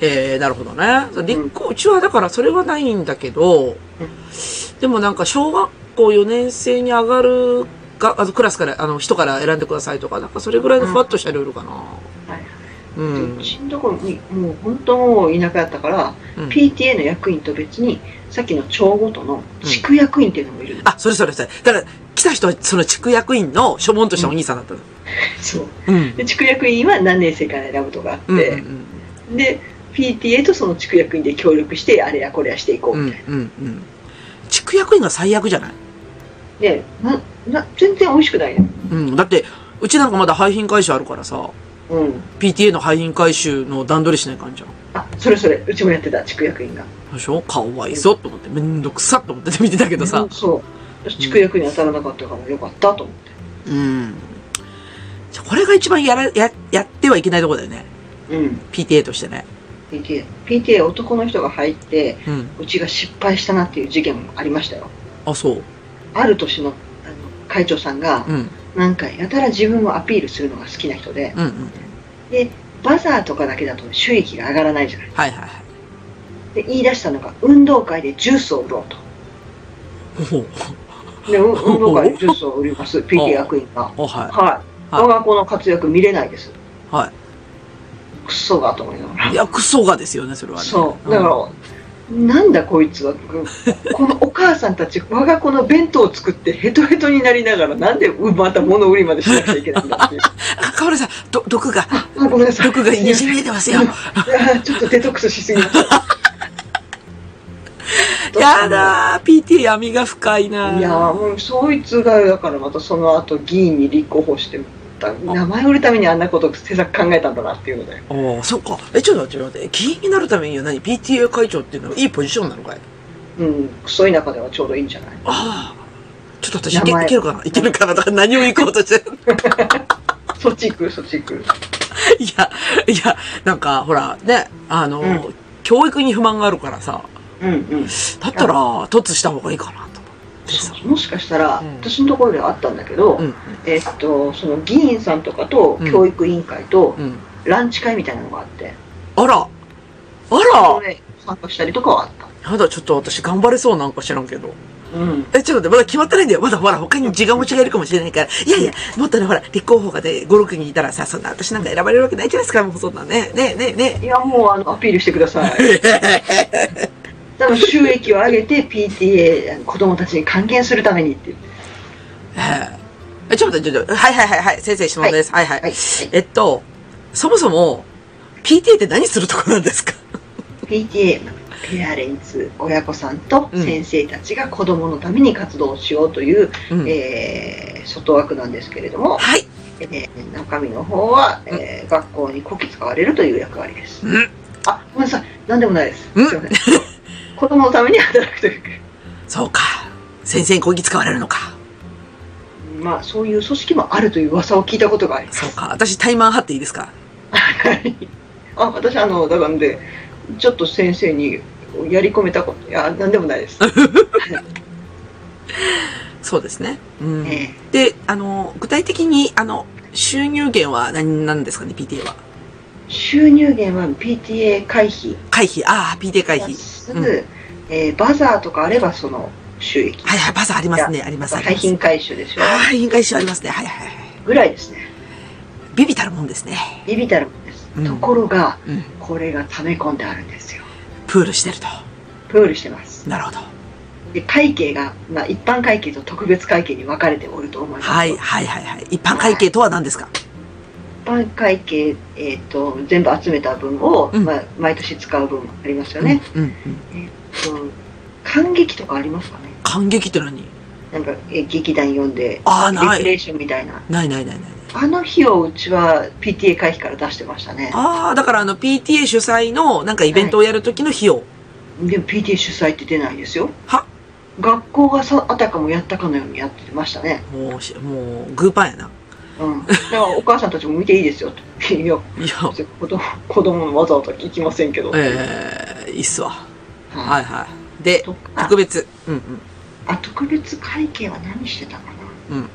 B: えー、なるほどね。そう立候うちはだからそれはないんだけど、でもなんか小学校4年生に上がるが、あのクラスから、あの人から選んでくださいとか、なんかそれぐらいのふわっとしたルールかな。
C: はい
B: うん。
C: うちのところにもう本当もう田舎だったから、
B: うん
C: PTA の役員と別にさっきの町ごとの地区役員っていうのもいるの、
B: あ、それそれそれ。だから、来た人はその地区役員の所門としたお兄さんだったの。
C: そう
B: うん。
C: で地区役員は何年生から選ぶとかあって、
B: うん。うん。
C: で PTA とその地区役員で協力してあれやこれやしていこう
B: うん。う
C: み
B: ん
C: たいな、。
B: うん地区役員が最悪じゃない
C: でなな全然美味しくないね
B: うん。だって、うちなんかまだ廃品回収あるからさ、
C: うん、
B: PTA の廃品回収の段取りしないかんじゃん。
C: あそれそれうちもやってた地区役員が
B: でしょかわいそうと思って、めんどくさと思って見てたけど
C: う
B: さ
C: ん。そう私地区役に当たらなかったからよかったと思って
B: うん。じゃこれが一番やら、や、やってはいけないとこだよね。
C: うん、
B: PTA としてね。
C: PTA PTA 男の人が入って
B: うん。
C: うちが失敗したなっていう事件もありましたよ
B: あ、そう。
C: ある年のあの会長さんが
B: うん。
C: なんかやたら自分をアピールするのが好きな人で
B: うんうん。
C: でバザーとかだけだと収益が上がらないじゃない
B: はいはいはい。
C: で言い出したのが運動会でジュースを売ろう
B: おほう
C: とでう
B: <laughs>
C: 運動会でジュースを売ります PTA 役員が
B: おはい。
C: はい
B: はい
C: 我が子の活躍見れないです
B: はい。
C: クソがと思いながら
B: い。や、クソがですよね、それはね。
C: そう。
B: ん
C: だから、なんだこいつは。このお母さんたち、我が子の弁当を作ってヘトヘトになりながら、なんでまた物売りまでしなくちゃいけないんだ
B: <laughs>
C: っていう。
B: あ、かおるさん、ど、毒が、
C: あごめんなさい。
B: 毒がにじみ出てますよ。
C: いやちょっとデトックスしすぎました。
B: <laughs> やだー、PT 闇が深いなー
C: いやもうそいつがだからまたその後議員に立候補してた名前売るためにあんなこと政策考えたんだなっていうので
B: おーそっか。え、ちょっと待って、ちょっと待って。議員になるためには何 ?PTA 会長っていうのはいいポジションなのかい
C: うんクソ田舎ではちょうどいいんじゃない
B: ああ。ちょっと私いけ
C: 名前
B: いけるかないけるかなとか何を行こうとして
C: <laughs>
B: る
C: そっち行くそっち行く
B: いや、いや、なんか、ほら、ね、あの、
C: うん
B: 教育に不満があるからさ、
C: うんうん
B: だったら、突した方がいいかなと思ってさ。
C: そうもしかしたら、
B: うん
C: 私のところではあったんだけど、
B: うん、
C: えっとその議員さんとかと
B: うん
C: 教育委員会と
B: うん。
C: ランチ会みたいなのがあって、
B: あら、あ
C: そ
B: ら、
C: れで参加したりとかはあった
B: やだ、ちょっと私頑張れそうなんか知らんけど。
C: うん
B: え、ちょっと待って、まだ決まってないんだよ。まだほら、他に自我持ちがいるかもしれないから。いやいや、もっとね、ほら、立候補がね、5、6人いたらさ、そんな、私なんか選ばれるわけないじゃないですか、もうそんなね。ねえねえね
C: いやもうあのアピールしてください
B: <laughs> え。
C: 多分収益を上げて PTA あの子供たちに還元するためにっていう
B: え、ちょっと待って、ちょっと、はいはいはいはい、先生質問です。はいはい。
C: はい
B: えっと、そもそも、PTA って何するとこなんですか
C: PTA ペアレンツ親御さんと
B: うん
C: 先生たちが子どものために活動をしようという、
B: うん
C: えー外枠なんですけれども、
B: はい。
C: えー中身の方は、えー学校にこき使われるという役割です、
B: うん
C: あごめんなさい何でもないです、
B: うん
C: すいません子どものために働くという
B: そうか。先生にこぎ使われるのか。
C: まあそういう組織もあるという噂を聞いたことがあります
B: そうか。私、タイマン張っていいですか
C: はいあ私あのだからんでちょっと先生にやり込めたこといや何でもないです、
B: そうですね。うん。
C: ええ
B: で、あの、具体的に、あの、収入源は何なんですかね、PTA は。
C: 収入源は PTA 回避
B: 回避。ああ、PTA 回
C: プラ
B: 避。
C: ス、
B: うん
C: えーバザーとかあればその収益
B: はいはい、バザーありますね、あります、あり
C: 廃
B: ます。
C: 品回収でしょ
B: ああ、委員会集ありますね。はいはいはい。
C: ぐらいですね
B: ビビたるもんですね。
C: ビビたるもんです、
B: うん
C: ところが
B: うん。
C: これが溜め込んであるんですよ
B: プールしてると。
C: プールしてます
B: なるほど。
C: で会計が、まあ、一般会計と特別会計に分かれておると思います、
B: はいはいはいはい。一般会計とは何ですか
C: 一般会計、えー、と全部集めた分を、
B: うん
C: まあ、毎年使う分ありますよね、。
B: うんうんうん。
C: うん感激とかありますかね
B: 感激って何
C: なんか、えー劇団読んで
B: ああ、
C: レ
B: な
C: クレ
B: い。
C: ーションみたいな
B: ないないないない。
C: あの日をうちは PTA 会費から出してましたね
B: ああ、だからあの PTA 主催のなんかイベントをやるときの費用。
C: でも PTA 主催って出ないですよ
B: は
C: 学校がさあたかもやったかのようにやってましたね
B: もうし、もう、グーパンやな。 <laughs>
C: うんだからお母さんたちも見ていいですよといや
B: いや、
C: 子供子供のわざわざ行きませんけど、
B: ええいいっすわ。
C: は
B: はい
C: い
B: はい。で、
C: とか
B: 特別。うんうん。
C: あ特別会計は何してたかな、
B: うん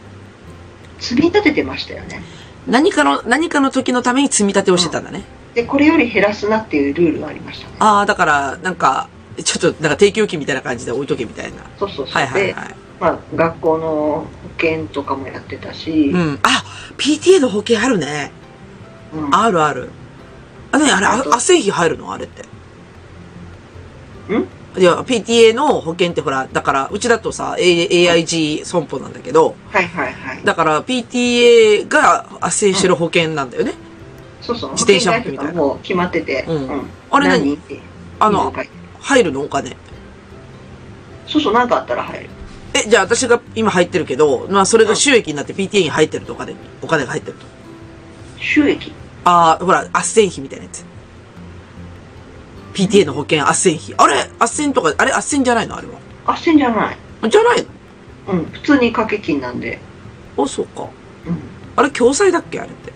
C: 積み立ててましたよね
B: 何かの、何かの時のために積み立てをしてたんだね。
C: でこれより減らすなっていうルールがありましたね
B: ああ、だから、なんか、ちょっと、なんか定期預金みたいな感じで置いとけみたいな。
C: そうそうそう、
B: はいはい
C: で、
B: はい。
C: まあ、学校の保険とかもやってたし、
B: うん。あ、PTA の保険あるね。
C: うん
B: あるある。あ、何あれ、あ
C: あと
B: 斡旋費入るのあれって。
C: ん
B: いや、PTA の保険ってほら、だから、うちだとさ、A- AIG 損保なんだけど、
C: はいはいはい
B: だから PTA が斡旋してる保険なんだよね。
C: そうそう
B: 自転車みたいな
C: 保険会社がもう決まってて、
B: うんあれ何
C: って
B: あ
C: いい
B: の、
C: かい
B: 入るのお金。
C: そうそう何かあったら入る
B: え、じゃあ私が今入ってるけど、まあそれが収益になって PTA に入ってるとお金、お金が入ってると。
C: 収益
B: ああ、ほら、斡旋費みたいなやつ。PTA の保険、斡旋費。あれ斡旋とか、あれ斡旋じゃないのあれは。
C: あっせんじゃない
B: じゃない
C: うん普通に掛け金なんで、
B: のあ、そうか。
C: うん、
B: あれ、共済だっけあれって。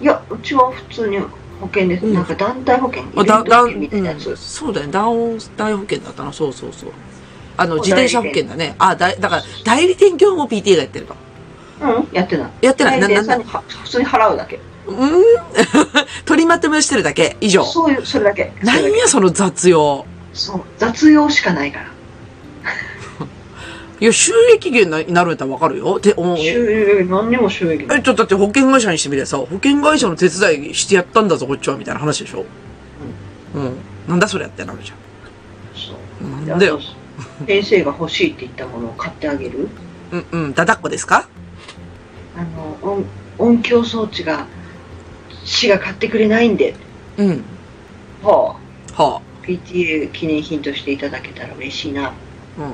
C: いやうちは普通に保険です、
B: うん
C: なんか団体保険イベ
B: あ
C: ント
B: だ、だ、
C: 保険
B: う
C: みたいなや
B: ん
C: つ、、
B: そうだよね。団体保険だったな。そうそうそう。あの、
C: そう
B: 自転車保険だね。あ、だ、だから、代理店業務も PTA がやってると。
C: うん、やってない
B: やってない。な、
C: 代理
B: な
C: 店
B: ん
C: さ
B: だ
C: んに。は普通に払うだけ
B: うーん取りまとめをしてるだけ。以上。
C: そういうそれだけそれだ
B: 何
C: け
B: や、その雑用。
C: そう雑用しかないから
B: いや、収益源になるんだったらわかるよ。て、おえ、
C: 収益、何にも収益ない。
B: ちょ、だって保険会社にしてみればさ、保険会社の手伝いしてやったんだぞ、こっちは、みたいな話でしょ。うん。なんだそれやってなるじゃ
C: そう
B: なんだよ。
C: あと先生が欲しいって言ったものを買ってあげる。
B: ん。うん、うん。だだっこですか
C: あの、音音響装置が、市が買ってくれないんで。
B: うん。
C: は
B: は
C: あ、PTA 記念品としていただけたら嬉しいな。
B: あ。うん。は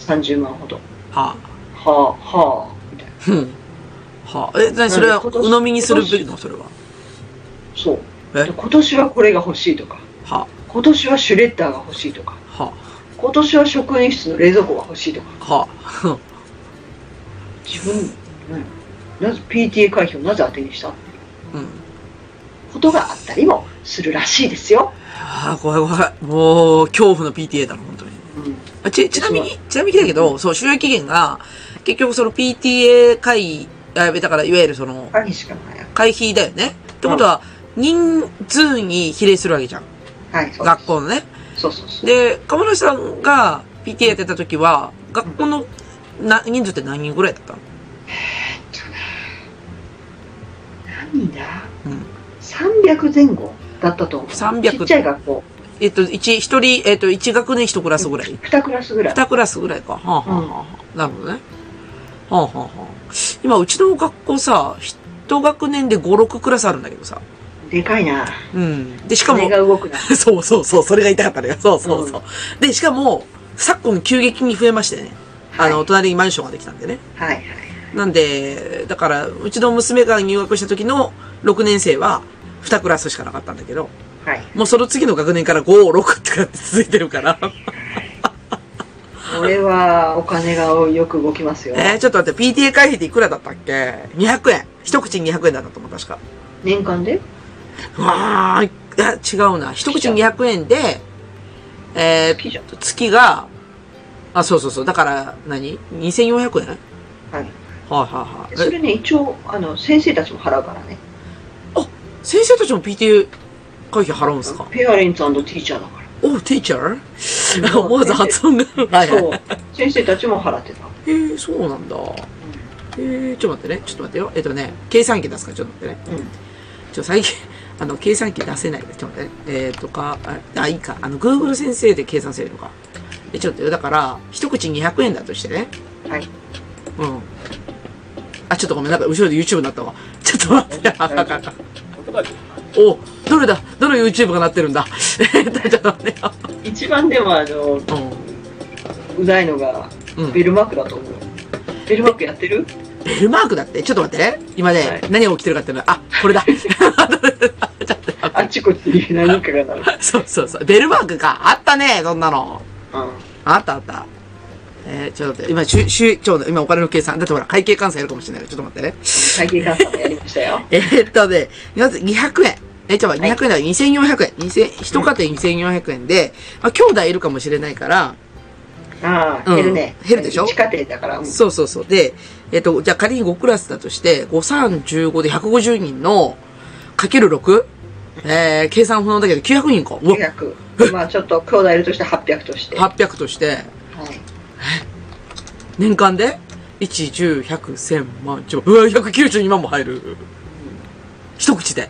C: 30万ほど。は
B: あ。
C: あ、はあ、みたいな。
B: うん。はあ。え、なにそれは、
C: なんで
B: 鵜
C: 今年
B: 呑みにするべきのそれは。
C: そう。
B: え
C: で今年はこれが欲しいとか、
B: は
C: 今年はシュレッダーが欲しいとか、
B: あ。は
C: 今年は職員室の冷蔵庫が欲しいとか、
B: あ。はあ。
C: 自分、うん、なぜ PTA 会費をなぜ当てにした
B: うん。
C: ことがあったりもするらしいですよ。
B: ああ、怖い怖い。もう、恐怖の PTA だな、本当に。
C: うん、
B: あち、ちなみに、ちなみにだけど、そう、収益源が、結局その PTA 会、あだから、いわゆるその、
C: 会費しかない。
B: 会費だよね。ってことは、人数に比例するわけじゃん。
C: はい、そう
B: 学校のね。
C: そうそうそう。
B: で、河村さんが PTA やってた時は、学校のな人数って何人ぐらいだったの
C: 何人だ、
B: うん
C: 300前後だったと思う。
B: 300
C: ちっちゃい学校。
B: えっと、一、一人、えっと、一学年一クラスぐらい。
C: 2クラスぐらい。
B: 二クラスぐらいか。はあ、はあはあ、なるほどね。はあ、はあ、はあ。今、うちの学校さ、一学年で5、6クラスあるんだけどさ。
C: でかいな。
B: うん。で、しか
C: 金
B: も
C: が、動くな。
B: <laughs> そうそうそう、それが痛かったのよ。そうそうそう。で、しかも、昨今急激に増えましてね。あの、
C: は
B: 隣にマンションができたんでね。
C: はいはい。
B: なんで、だから、うちの娘が入学した時の6年生は、2クラスしかなかったんだけど、
C: はい。
B: もうその次の学年から5、6ってかって続いてるから。
C: これはお金がよく動きますよ。
B: えー、ちょっと待って、PTA 会費っていくらだったっけ ?200 円。一口200円だったと思う、確か。
C: 年間で
B: うわあ、いや、違うな。一口200円で、え
C: 月じゃん
B: ー、月が、あ、そうそうそう。だから何、?2400 円はいは
C: はい。
B: いは
C: そ
B: い。え
C: れね、一応、あの、先生たちも払うからね。
B: 先生たちも PTA 会費払うんですか
C: ペアレンツティーチャーだか
B: おう、ティーチャー <laughs>
C: ら。
B: 思わず発音が。は
C: はい
B: はい
C: そう。先生たちも払ってた。
B: えー、そうなんだ。えー、ちょっと待ってね。ちょっと待ってよ。えっとね、計算機出すから、ちょっと待ってね。
C: うん。
B: ちょ、最近、あの、計算機出せないからちょっと待ってね。えー、とか、あ、あいいか。あの、Google 先生で計算するのか。え、ちょっとよ。だから、一口200円だとしてね。
C: うん。はい。
B: うん。あ、ちょっとごめん。なんか、後ろで YouTube になったわ。ちょっと待って。あかんあかんお、どれだどの YouTube がなってるんだ <laughs> えっと、ちょっと待ってよ。
C: 一番でも、あの、うざいのが、
B: うん。うん。
C: ベルマークだと思う。ベルマークやってる
B: ベルマークだって。ちょっと待って。今ね、
C: はい
B: 何が起きてるかっていうのは、あ、これだ。 <laughs>
C: あっちこっちに何かがなる。
B: そうそうそう。ベルマークか。あったね、そんなの。
C: うん。
B: あったあった。えー、ちょっと待って、今、しゅ、しゅ、ちょうど今お金の計算。だってほら、会計換算やるかもしれないから、ちょっと待ってね。 <laughs>
C: 会計換算もやりましたよ。
B: えーっとね、まず200円。えー、ちょ、200円だから2400円。2000、一家庭2400円で、まあ、兄弟いるかもしれないから、
C: あ
B: う
C: あ、
B: ん
C: 減るね。
B: 減るでしょ
C: 地下庭だから、うん
B: そうそうそう。で、えーっと、じゃあ仮に5クラスだとして、5315で150人の、かける 6? えー、計算不能だけど900人か。うわ、
C: 900。まあ、ちょっと、兄弟いるとして800として。は
B: 800として、
C: い。
B: 年間で1、10、100、1000万、1万。うわ、192万も入る。一口で。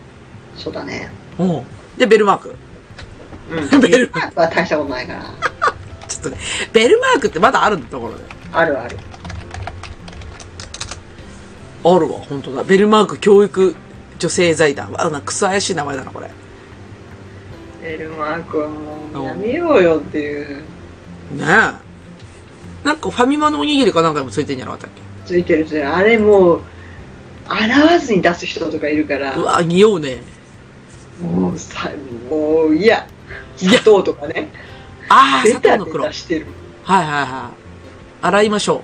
C: そうだね。
B: うん。で、ベルマーク。 <laughs>
C: うん。
B: ベ
C: ベ
B: ル
C: ルマークは大したことないから。
B: ちょっとね、ベルマークってまだあるんだところで。
C: あるある。
B: あるわ、本当だ。ベルマーク教育女性財団。あ、なんかクソ怪しい名前だな、これ。ね
C: エルマークはもうやめようよっていう
B: え。なんかファミマのおにぎりかなんかにもついてんじゃなかったっけ
C: ついてるついてるあれもう洗わずに出す人とかいるから
B: うわ、匂うね。
C: もうさもういや砂糖とかね
B: ああ、
C: 出
B: 砂
C: た
B: 糖
C: ら
B: の黒。はい
C: してる
B: はいはい。洗いましょ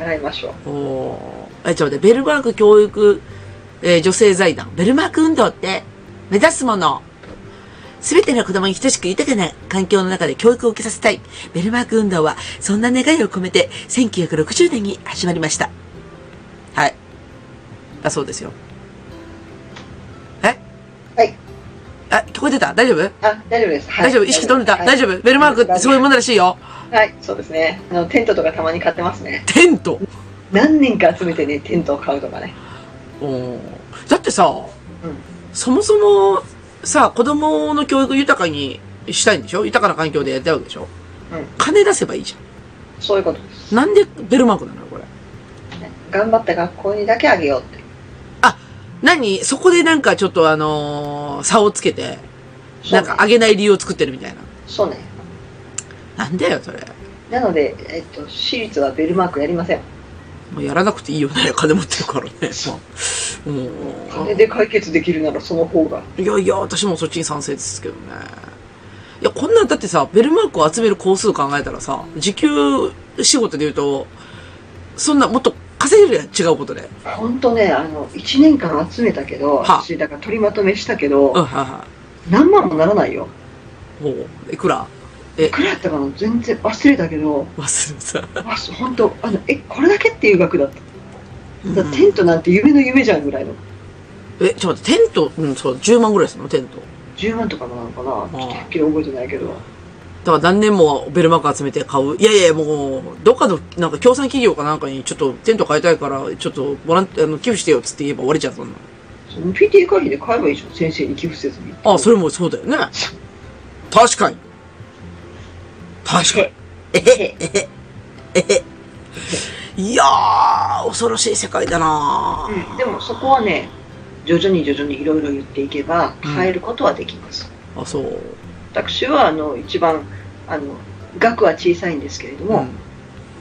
C: 洗いましょう
B: う。おー。え、ちょっと待って、ベルマーク教育、えー女性財団。ベルマーク運動って、目指すもの。すべての子供に等しく豊かな環境の中で教育を受けさせたい。ベルマーク運動は、そんな願いを込めて、1960年に始まりました。はい。だそうですよ。え
C: はい。
B: あ、聞こえてた大丈夫、
C: あ、大丈夫です。はい
B: 大丈夫意識飛んでた、
C: はい
B: 大丈夫ベルマークってすごいものらしいよ。
C: はい、そうですね。あの、テントとかたまに買ってますね。
B: テント。
C: 何年か集めてね、テントを買うとかね。
B: うんだってさ、
C: うん
B: そもそもさ、子供の教育を豊かにしたいんでしょ豊かな環境でやりたいわけでしょ
C: うん
B: 金出せばいいじ
C: そういうことです。
B: ゃん。なんでベルマークなのこれ。
C: 頑張って学校にだけあげようって。
B: 何そこでなんかちょっとあのー差をつけて、
C: そう
B: なん
C: ね
B: かあげない理由を作ってるみたいな。
C: そうね。
B: なんだよ、それ。
C: なので、えっと、私立はベルマークやりません。
B: もうやらなくていいよね。金持ってるからね。
C: そう。
B: も
C: 金で解決できるならその方が。
B: う。いやいや、私もそっちに賛成ですけどね。いや、こんなんだってさ、ベルマークを集める工数考えたらさ、時給仕事で言うと、そんなもっと稼げるやん、違うことで。
C: 本当ね、あの、1年間集めたけど、
B: は
C: 私、だから取りまとめしたけ
B: うん、
C: ど、
B: はいは
C: 何万もならないよ。
B: い。もう、いくら
C: いくらやったかな全然忘れたけど、
B: 忘れさ。
C: あ、そう本当あの、え、これだけっていう額だった。だからテ
B: う
C: ン
B: ん
C: トなんて夢の夢じゃんぐらいの。
B: <laughs> え、ちょっと待って、テント、うん、そう、10万ぐらいするの、テント。
C: 10万とかなのかな
B: あ
C: ちょっとはっきり覚えてないけど。
B: だから何年もベルマーク集めて買う。いやいや、もう、どっかの、なんか、協賛企業かなんかに、ちょっと、テント買いたいから、ちょっと、ボラン、あの、寄付してよ、つって言えば終わりじゃん、そんな。
C: その PTA 会費で買えばいいじゃん、先生に寄付せずに。
B: あ、それもそうだよね。確かに。確かに。えへ、えへ、えへ。いやー、恐ろしい世界だなー
C: うん、でもそこはね、徐々に徐々にいろいろ言っていけば、
B: うん
C: 変えることはできます。
B: あ、そう。
C: 私は、あの、一番、あの、額は小さいんですけれど
B: う
C: も、
B: ん。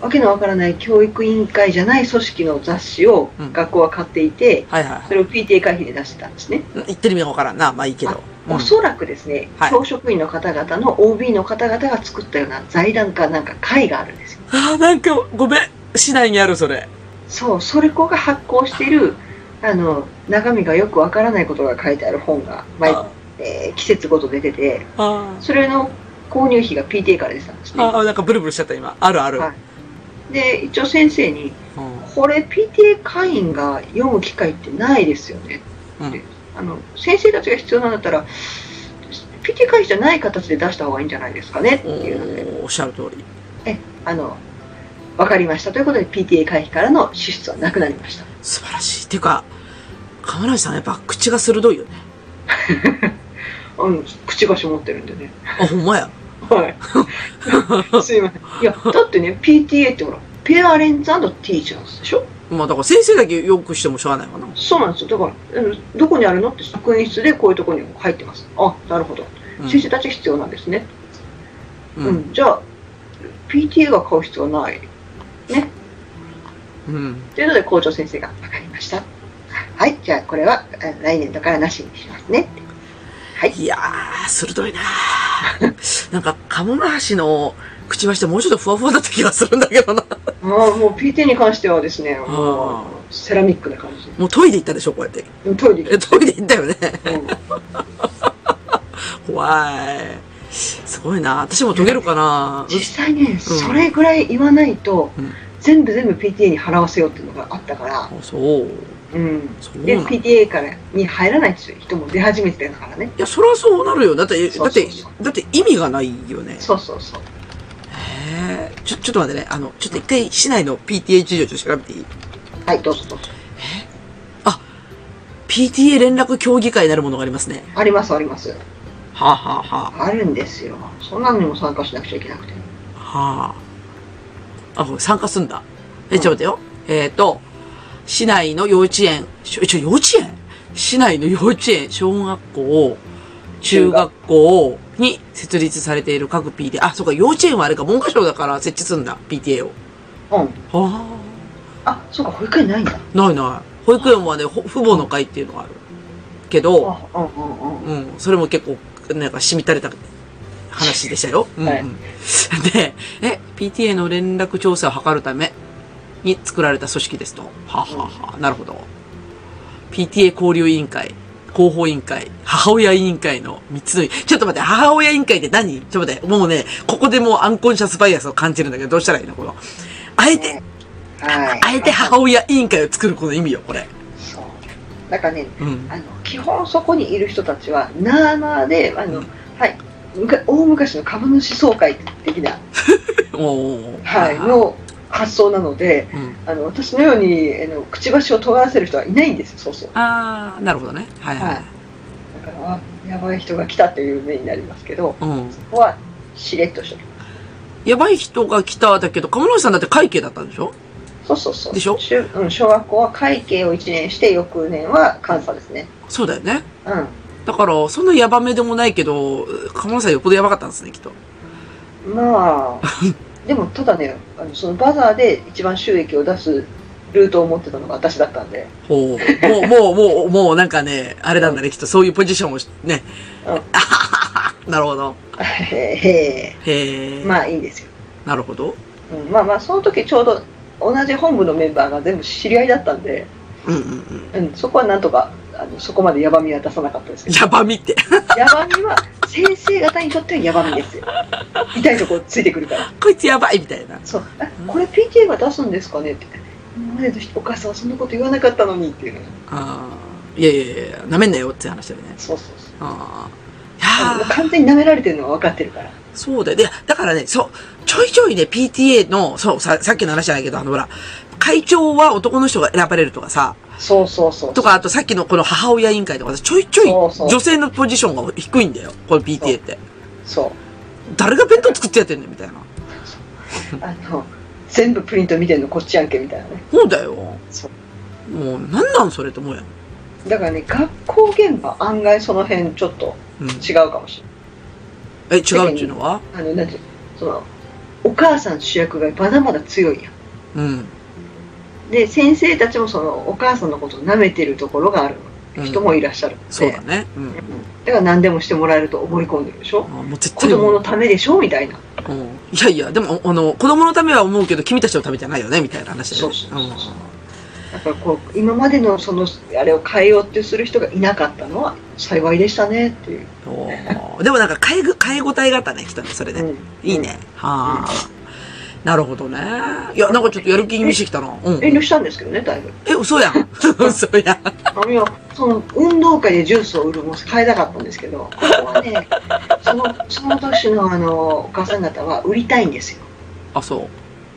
C: わけのわからない教育委員会じゃない組織の雑誌を
B: うん
C: 学校は買っていて、
B: はいはいはい
C: それを PTA 会費で出してたんですね。
B: うん。言ってる意味がわからんな。まあいいけど。うん
C: おそらくですね、
B: はい
C: 教職員の方々の OB の方々が作ったような財団かなんか会があるんですよ。
B: あー、なんか、ごめん。市内にある、それ。
C: そう、それこが発行している、あの、中身がよくわからないことが書いてある本が、毎
B: あ
C: えー季節ごと出てて、
B: あー。
C: それの購入費が PTA から出てたんですね。
B: あー、なんかブルブルしちゃった、今。あるある。
C: はいで、一応先生に、
B: うん
C: これ PTA 会員が読む機会ってないですよね
B: うん
C: って、あの先生たちが必要なんだったら PTA 会員じゃない形で出した方がいいんじゃないですかねっていうので
B: おおっしゃる通り。
C: あの分かりましたということで PTA 会費からの支出はなくなりました
B: 素晴らしい。てか、亀梨さんやっぱ口が鋭いよね。
C: うん口がし持ってるんでね
B: あ、ほんまや。
C: はい <laughs> すいませんいやだってね PTA ってほらペアレンツティーチャーズでしょ
B: まあだから先生だけよくしてもしょうがないわな。
C: そうなんですよだからうんどこにあるのって職員室でこういうところに入ってますあなるほど
B: うん
C: 先生たち必要なんですね
B: う。
C: うんん、じゃあ PTA が買う必要はない
B: うん。
C: というので校長先生が分かりましたはいじゃあこれはえー来年度からなしにしますねはい
B: いやー、鋭いなー <laughs> なんか、鴨橋のくちばしってもうちょっとふわふわだった気がするんだけどな。
C: もうもう PTA に関してはですね
B: あ
C: もうセラミックな感じ
B: もうトイレ行ったでしょ、こうやって。
C: でもトイレ
B: え、トイレ行ったよね。 <laughs>
C: うん
B: 怖い。すごいな私も解けるかな
C: 実際ね、それぐらい言わないと、
B: うん
C: 全部全部 PTA に払わせようっていうのがあったから、
B: あそう。
C: うん、
B: そう
C: で
B: なんだ。い
C: PTA からに入らない人も出始めてるからね
B: や、そりゃそうなるよ。だって、
C: そ
B: だ
C: う
B: っ
C: そう
B: て
C: そう、
B: だって意味がないよね。
C: そうそうそう
B: へえ。ちょ、ちょっと待ってね。あの、ちょっと一回市内の PTA 事情ちょっと調べていい
C: はいどうぞどうぞ
B: ?PTA 連絡協議会なるものがありますね。
C: ありますあります
B: はあ、はあは
C: あるんですよそんなのにも参加しなくちゃいけなくて
B: あ、はあ。あ、これ参加すんだ。え、ちょっと待ってよ。えっ、と、市内の幼稚園、しょちょ、幼稚園市内の幼稚園、小学校、中学校に設立されている各 PTA。あ、そうか、幼稚園はあれか、文科省だから設置すんだ、PTA を。
C: うん
B: は
C: あ、そうか、保育園ないんだ。
B: あ。ないない。保育園はね、ほ父母の会っていうのがある。けど、
C: うんうんうん。
B: うん、それも結構、なんか、しみたれた話でしたよ。うん、うん <laughs>
C: はい
B: で、え、PTA の連絡調査を図るために作られた組織ですと。はあはあはあなるほど。PTA 交流委員会、広報委員会、母親委員会の3つの、ちょっと待って、母親委員会って何ちょっと待って、もうね、ここでもうアンコンシャスバイアスを感じるんだけど、どうしたらいいのこの、あえて、
C: はい。
B: あえて母親委員会を作るこの意味よ、これ。
C: そう。だからね、
B: うん。
C: あの基本そこにいる人たちはなあなあであの、
B: うん
C: はいむか大昔の株主総会的な、
B: おー
C: はい、の発想なので
B: うん。
C: あの私のようにあのくちばしを尖らせる人はいないんですよそうそう
B: ああ、なるほどね。はいは
C: はいい。だからあやばい人が来たっていう目になりますけど
B: うん。
C: そこはしれっとしときま
B: やばい人が来ただけど、鴨野さんだって会計だったんでしょ
C: すそうそうそう
B: でしょ
C: ゅうん、小学校は会計を1年して翌年は監査ですね
B: そうだよね。
C: うん
B: だから、そんなヤバめでもないけど、鴨野さんよっぽどヤバかったんですね、きっと。 <laughs>
C: まあでもただねあのそのバザーで一番収益を出すルートを持ってたのが私だったんで
B: ほう。もう、もう、もう、もうなんかね、あれなんだね、きっとそういうポジションをしね。
C: うん
B: <laughs> なるほど。
C: へーへ
B: へえ。
C: ーまあいいんですよ、
B: なるほど。
C: うん、まあまあその時ちょうど同じ本部のメンバーが全部知り合いだったんで、
B: うんうんうん。
C: うん、そこはなんとかあのそこまでヤバみは出さなかったです
B: <laughs>
C: けど
B: ヤバみって。
C: ヤバみは先生方にとってはヤバみですよ痛いとこついてくるから
B: こいつヤバいみたいな。
C: そうあこれ PTA が出すんですかねって今までのお母さんはそんなこと言わなかったのにっていう
B: ああ。いやいやいや、舐めんなよって話だよね。
C: そうそうそう
B: ああ。
C: あ
B: い
C: の
B: やー
C: 完全に舐められてるのは分かってるから
B: そうだよ。で、だからね、そう、ちょいちょいね、PTA の、そう、さ、さっきの話じゃないけど、あの、ほら、会長は男の人が選ばれるとかさ、
C: そうそうそう
B: とか、あとさっきのこの母親委員会とかさ、ちょいちょい
C: そうそう
B: 女性のポジションが低いんだよ、この PTA って。
C: そう
B: 誰が弁当作ってやってんねんみたいな。
C: あの全部プリント見てんのこっちやんけみたいなね
B: そうだよ。
C: そう
B: もう、なんなんそれと思うやん。
C: だからね学校現場案外その辺ちょっと
B: うん。
C: 違うかもし
B: え、違うっていうのは
C: れないあのなんていうのそのお母さん主役がまだまだ強いやん
B: うん。
C: で先生たちもそのお母さんのことを舐めてるところがある
B: うん
C: 人もいらっしゃるので、
B: そうだね。うん。
C: だから何でもしてもらえると思い込んでるでしょ
B: あもう絶
C: 子
B: 対も
C: 供
B: う
C: のためでしょみたいな
B: うん、いやいや、でも、あの、子供のためは思うけど、君たちのためじゃないよね、みたいな話だよね。
C: そうそうそうそうだからこう今までのそのあれを変えようってする人がいなかったのは幸いでしたねっていう、
B: うんおーでもなんか、介護、介護隊型ね、来たね、それね。
C: うん
B: いいね。はあ、なるほどね。いや、なんかちょっとやる気に見してきたな。うん。
C: 遠慮したんですけどねだいぶ
B: え、嘘や
C: <laughs>
B: ん。嘘やん。
C: あのその運動会でジュースを売るも買えなかったんですけどここはね <laughs> そのその年のあのお母さん方は売りたいんですよ、
B: あ、そ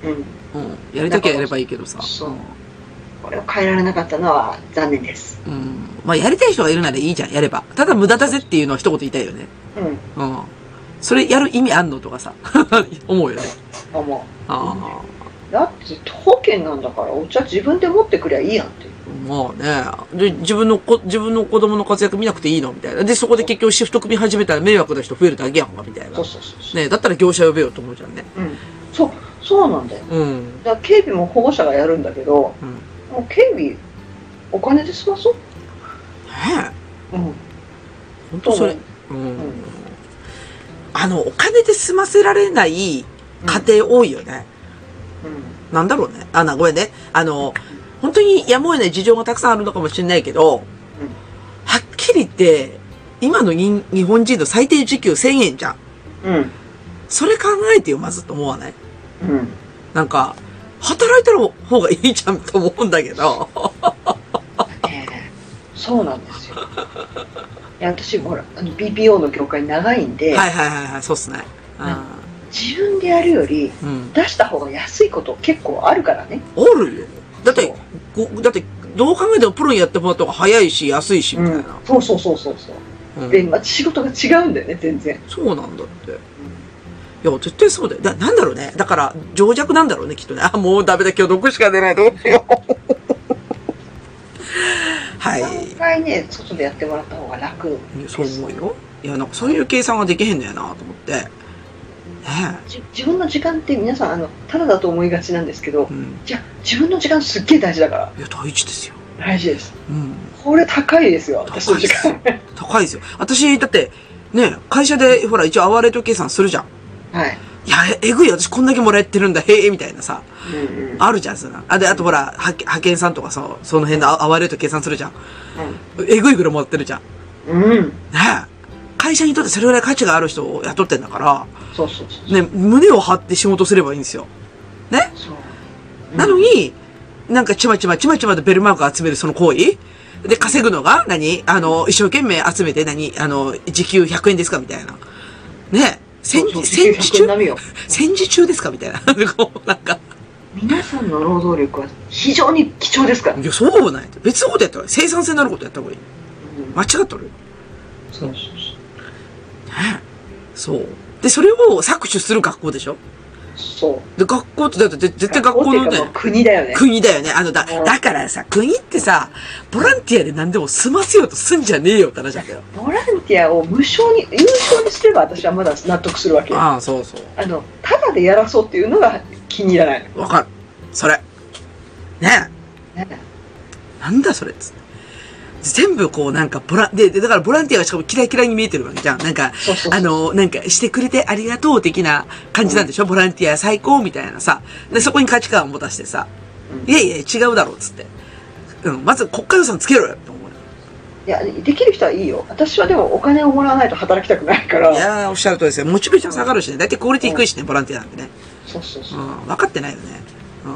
C: うん、
B: う。うん。やりたきゃやればいいけどさ。
C: そうこれを変えられなかったのは残念です、
B: うん。まあ、やりたい人がいるならいいじゃん、やれば。ただ無駄だぜっていうのは一言言いたいよね。
C: うん、
B: うん。それやる意味あんのとかさ。 <laughs> 思うよね。
C: 思
B: あ
C: うだって当県なんだからお茶自分で持ってくりゃいいやんっていう
B: あ。まあね。で、自分の子、自分の子供の活躍見なくていいのみたいな。で、そこで結局シフト組み始めたら迷惑な人増えるだけやんか、みたいな
C: そう。そうそうそう、
B: ねだったら業者呼べよと思うじゃんね。
C: うん、そうそうなんだよ
B: うん。
C: だから警備も保護者がやるんだけど、
B: うん
C: もう警備お金で済まそう、
B: ねえ。
C: うん、
B: 本当それ
C: と、
B: うん
C: うん
B: あの、お金で済ませられない家庭多いよね。
C: う
B: なんだろうね。あ、な、ごめんね。あの、本当にやむを得ない事情がたくさんあるのかもしれないけど、
C: うん
B: はっきり言って、今のに日本人の最低時給1000円じゃん。
C: んうん
B: それ考えてよ、まずと思わない
C: うん
B: なんか、働いた方がいいじゃんと思うんだけど。
C: ねえそうなんですよいや私ほらあの BPO の業界長いんで、
B: はいはいはいはい、そうっすね。
C: 自分でやるより
B: うん。うん。
C: 出した方が安いこと結構あるからね
B: おるよ。だって、ごだって、どう考えてもプロにやってもらった方が早いし、安いし、
C: う
B: みたい
C: ん
B: な。、
C: そうそうそうそうそう、
B: うん
C: でまた仕事が違うんだよね全然、
B: そうなんだって。いや、絶対そうだよ。だ、なんだろうね。だから、情弱なんだろうね、きっとね。あ、もうダメだ、今日毒しか出ない、どうし <laughs> よう。はい。
C: 案外ね外でやってもらった方が楽
B: いやそう思うよ。いや、なんかそういう計算はできへんのやなと思って。ね
C: じ自分の時間って皆さんあのただだと思いがちなんですけど、
B: え。うん。
C: じゃあ自分の時間すっげえ大事だから
B: いや、大事ですよ。
C: 大事です
B: うん。
C: これ高いですよ私
B: 高
C: の
B: いで
C: 時 <laughs>
B: すよ
C: 間。
B: 高いですよ。私、だって、ねえ会社で、ほら、一応、アワレート計算するじゃん。
C: <laughs> はい、
B: いや、ええぐいよ、私こんだけもらえてるんだ、へえ、みたいなさ。
C: うんうん
B: あるじゃん、そんな。あ、で、あとほら、派遣派遣さんとかさ、その辺のアワレート計算するじゃん。えぐいぐらいもらってるじゃん。
C: うん、うん、
B: ねえ会社にとってそれぐらい価値がある人を雇ってんだか
C: そうそうそう
B: ら、ね、胸を張って仕事すればいいんですよ。ね
C: そう
B: なのに、なんかちまちまちまちまとベルマーク集めるその行為で、稼ぐのが何あの、一生懸命集めて何あの、時給100円ですかみたいな。ね戦
C: そう
B: 時、
C: そう
B: 戦時中
C: 100並みよ
B: 戦時中ですかみたいな。 <laughs> こうなんか、
C: 皆さんの労働力は非常に貴重ですから、
B: いや、そうなんや。別のことやったらいい生産性のあることやった方がいい。
C: うん
B: 間違っとるよ。
C: そうそうそ
B: ねそう。で、それを搾取する学校でしょ
C: うそう
B: で、学校って、だってぜ絶対学校の
C: っていうかも
B: ね
C: う、国だよね
B: 国だよね。あの、だ、だからさ、国ってさ、ボランティアで何でも済ませようとすんじゃねえよって話なんだよ。
C: ボランティアを無償に有償にすれば私はまだ納得するわけよ
B: ああ、そうそ。
C: あのただでやらそうっていうのが気に入らないう
B: わかる。それ。ねえ。
C: ね
B: なんだそれっつって。全部こうなんかボラ、で、でだからボランティアがしかもキラキラに見えてるわけじゃん。なんか
C: そうそうそ
B: あ
C: う、
B: の、なんかしてくれてありがとう的な感じなんでしょボランティア最高みたいなさ。で、そこに価値観を持たしてさ。
C: うん
B: いやいや、違うだろうっつって。うん、まず国家予算つけろよって思うよ。
C: いやできる人はいいよ私はでもお金をもらわないと働きたくないから
B: いやー、おっしゃる通りですよ。モチベーション下がるしね。だいたいクオリティ低いしね、ボランティアなんてね。
C: そうそうそうう、
B: ん、分かってないよね。うん。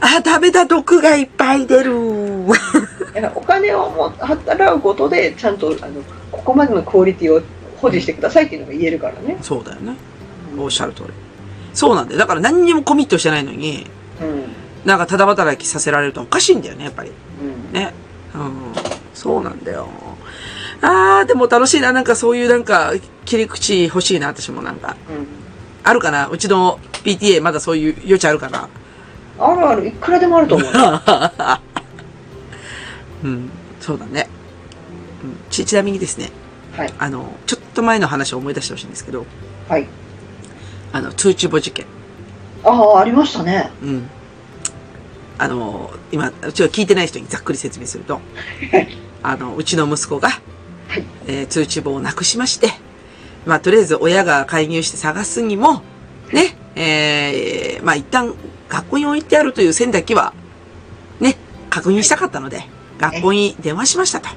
B: あー、ダメだ、毒がいっぱい出る。
C: いやお金をも払うことでちゃんとあのここまでのクオリティを保持してくださいっていうのが言えるからね、
B: そうだよね。
C: うん
B: おっしゃる通り。そうなんだよ。だから何にもコミットしてないのに、
C: うん
B: なんかただ働きさせられるとおかしいんだよね、やっぱり。
C: うん
B: ね。うん。そうなんだよ。あー、でも楽しいな。なんかそういうなんか切り口欲しいな、私もなんか。
C: うん、
B: あるかなうちの PTA まだそういう余地あるかな
C: あるあるいくらでもあると思う
B: うん、そうだね。うんち、ちなみにですね、
C: はい
B: あの、ちょっと前の話を思い出してほしいんですけど、
C: はい
B: あの、通知簿事件。
C: ああありましたね
B: うん。あの、今、うちは聞いてない人にざっくり説明すると、あの、うちの息子が、
C: はい
B: えー通知簿をなくしまして、まあ、とりあえず親が介入して探すにも、ね、えーまあ、一旦学校に置いてあるという線だけは、ね、確認したかったので、学校に電話しましたと。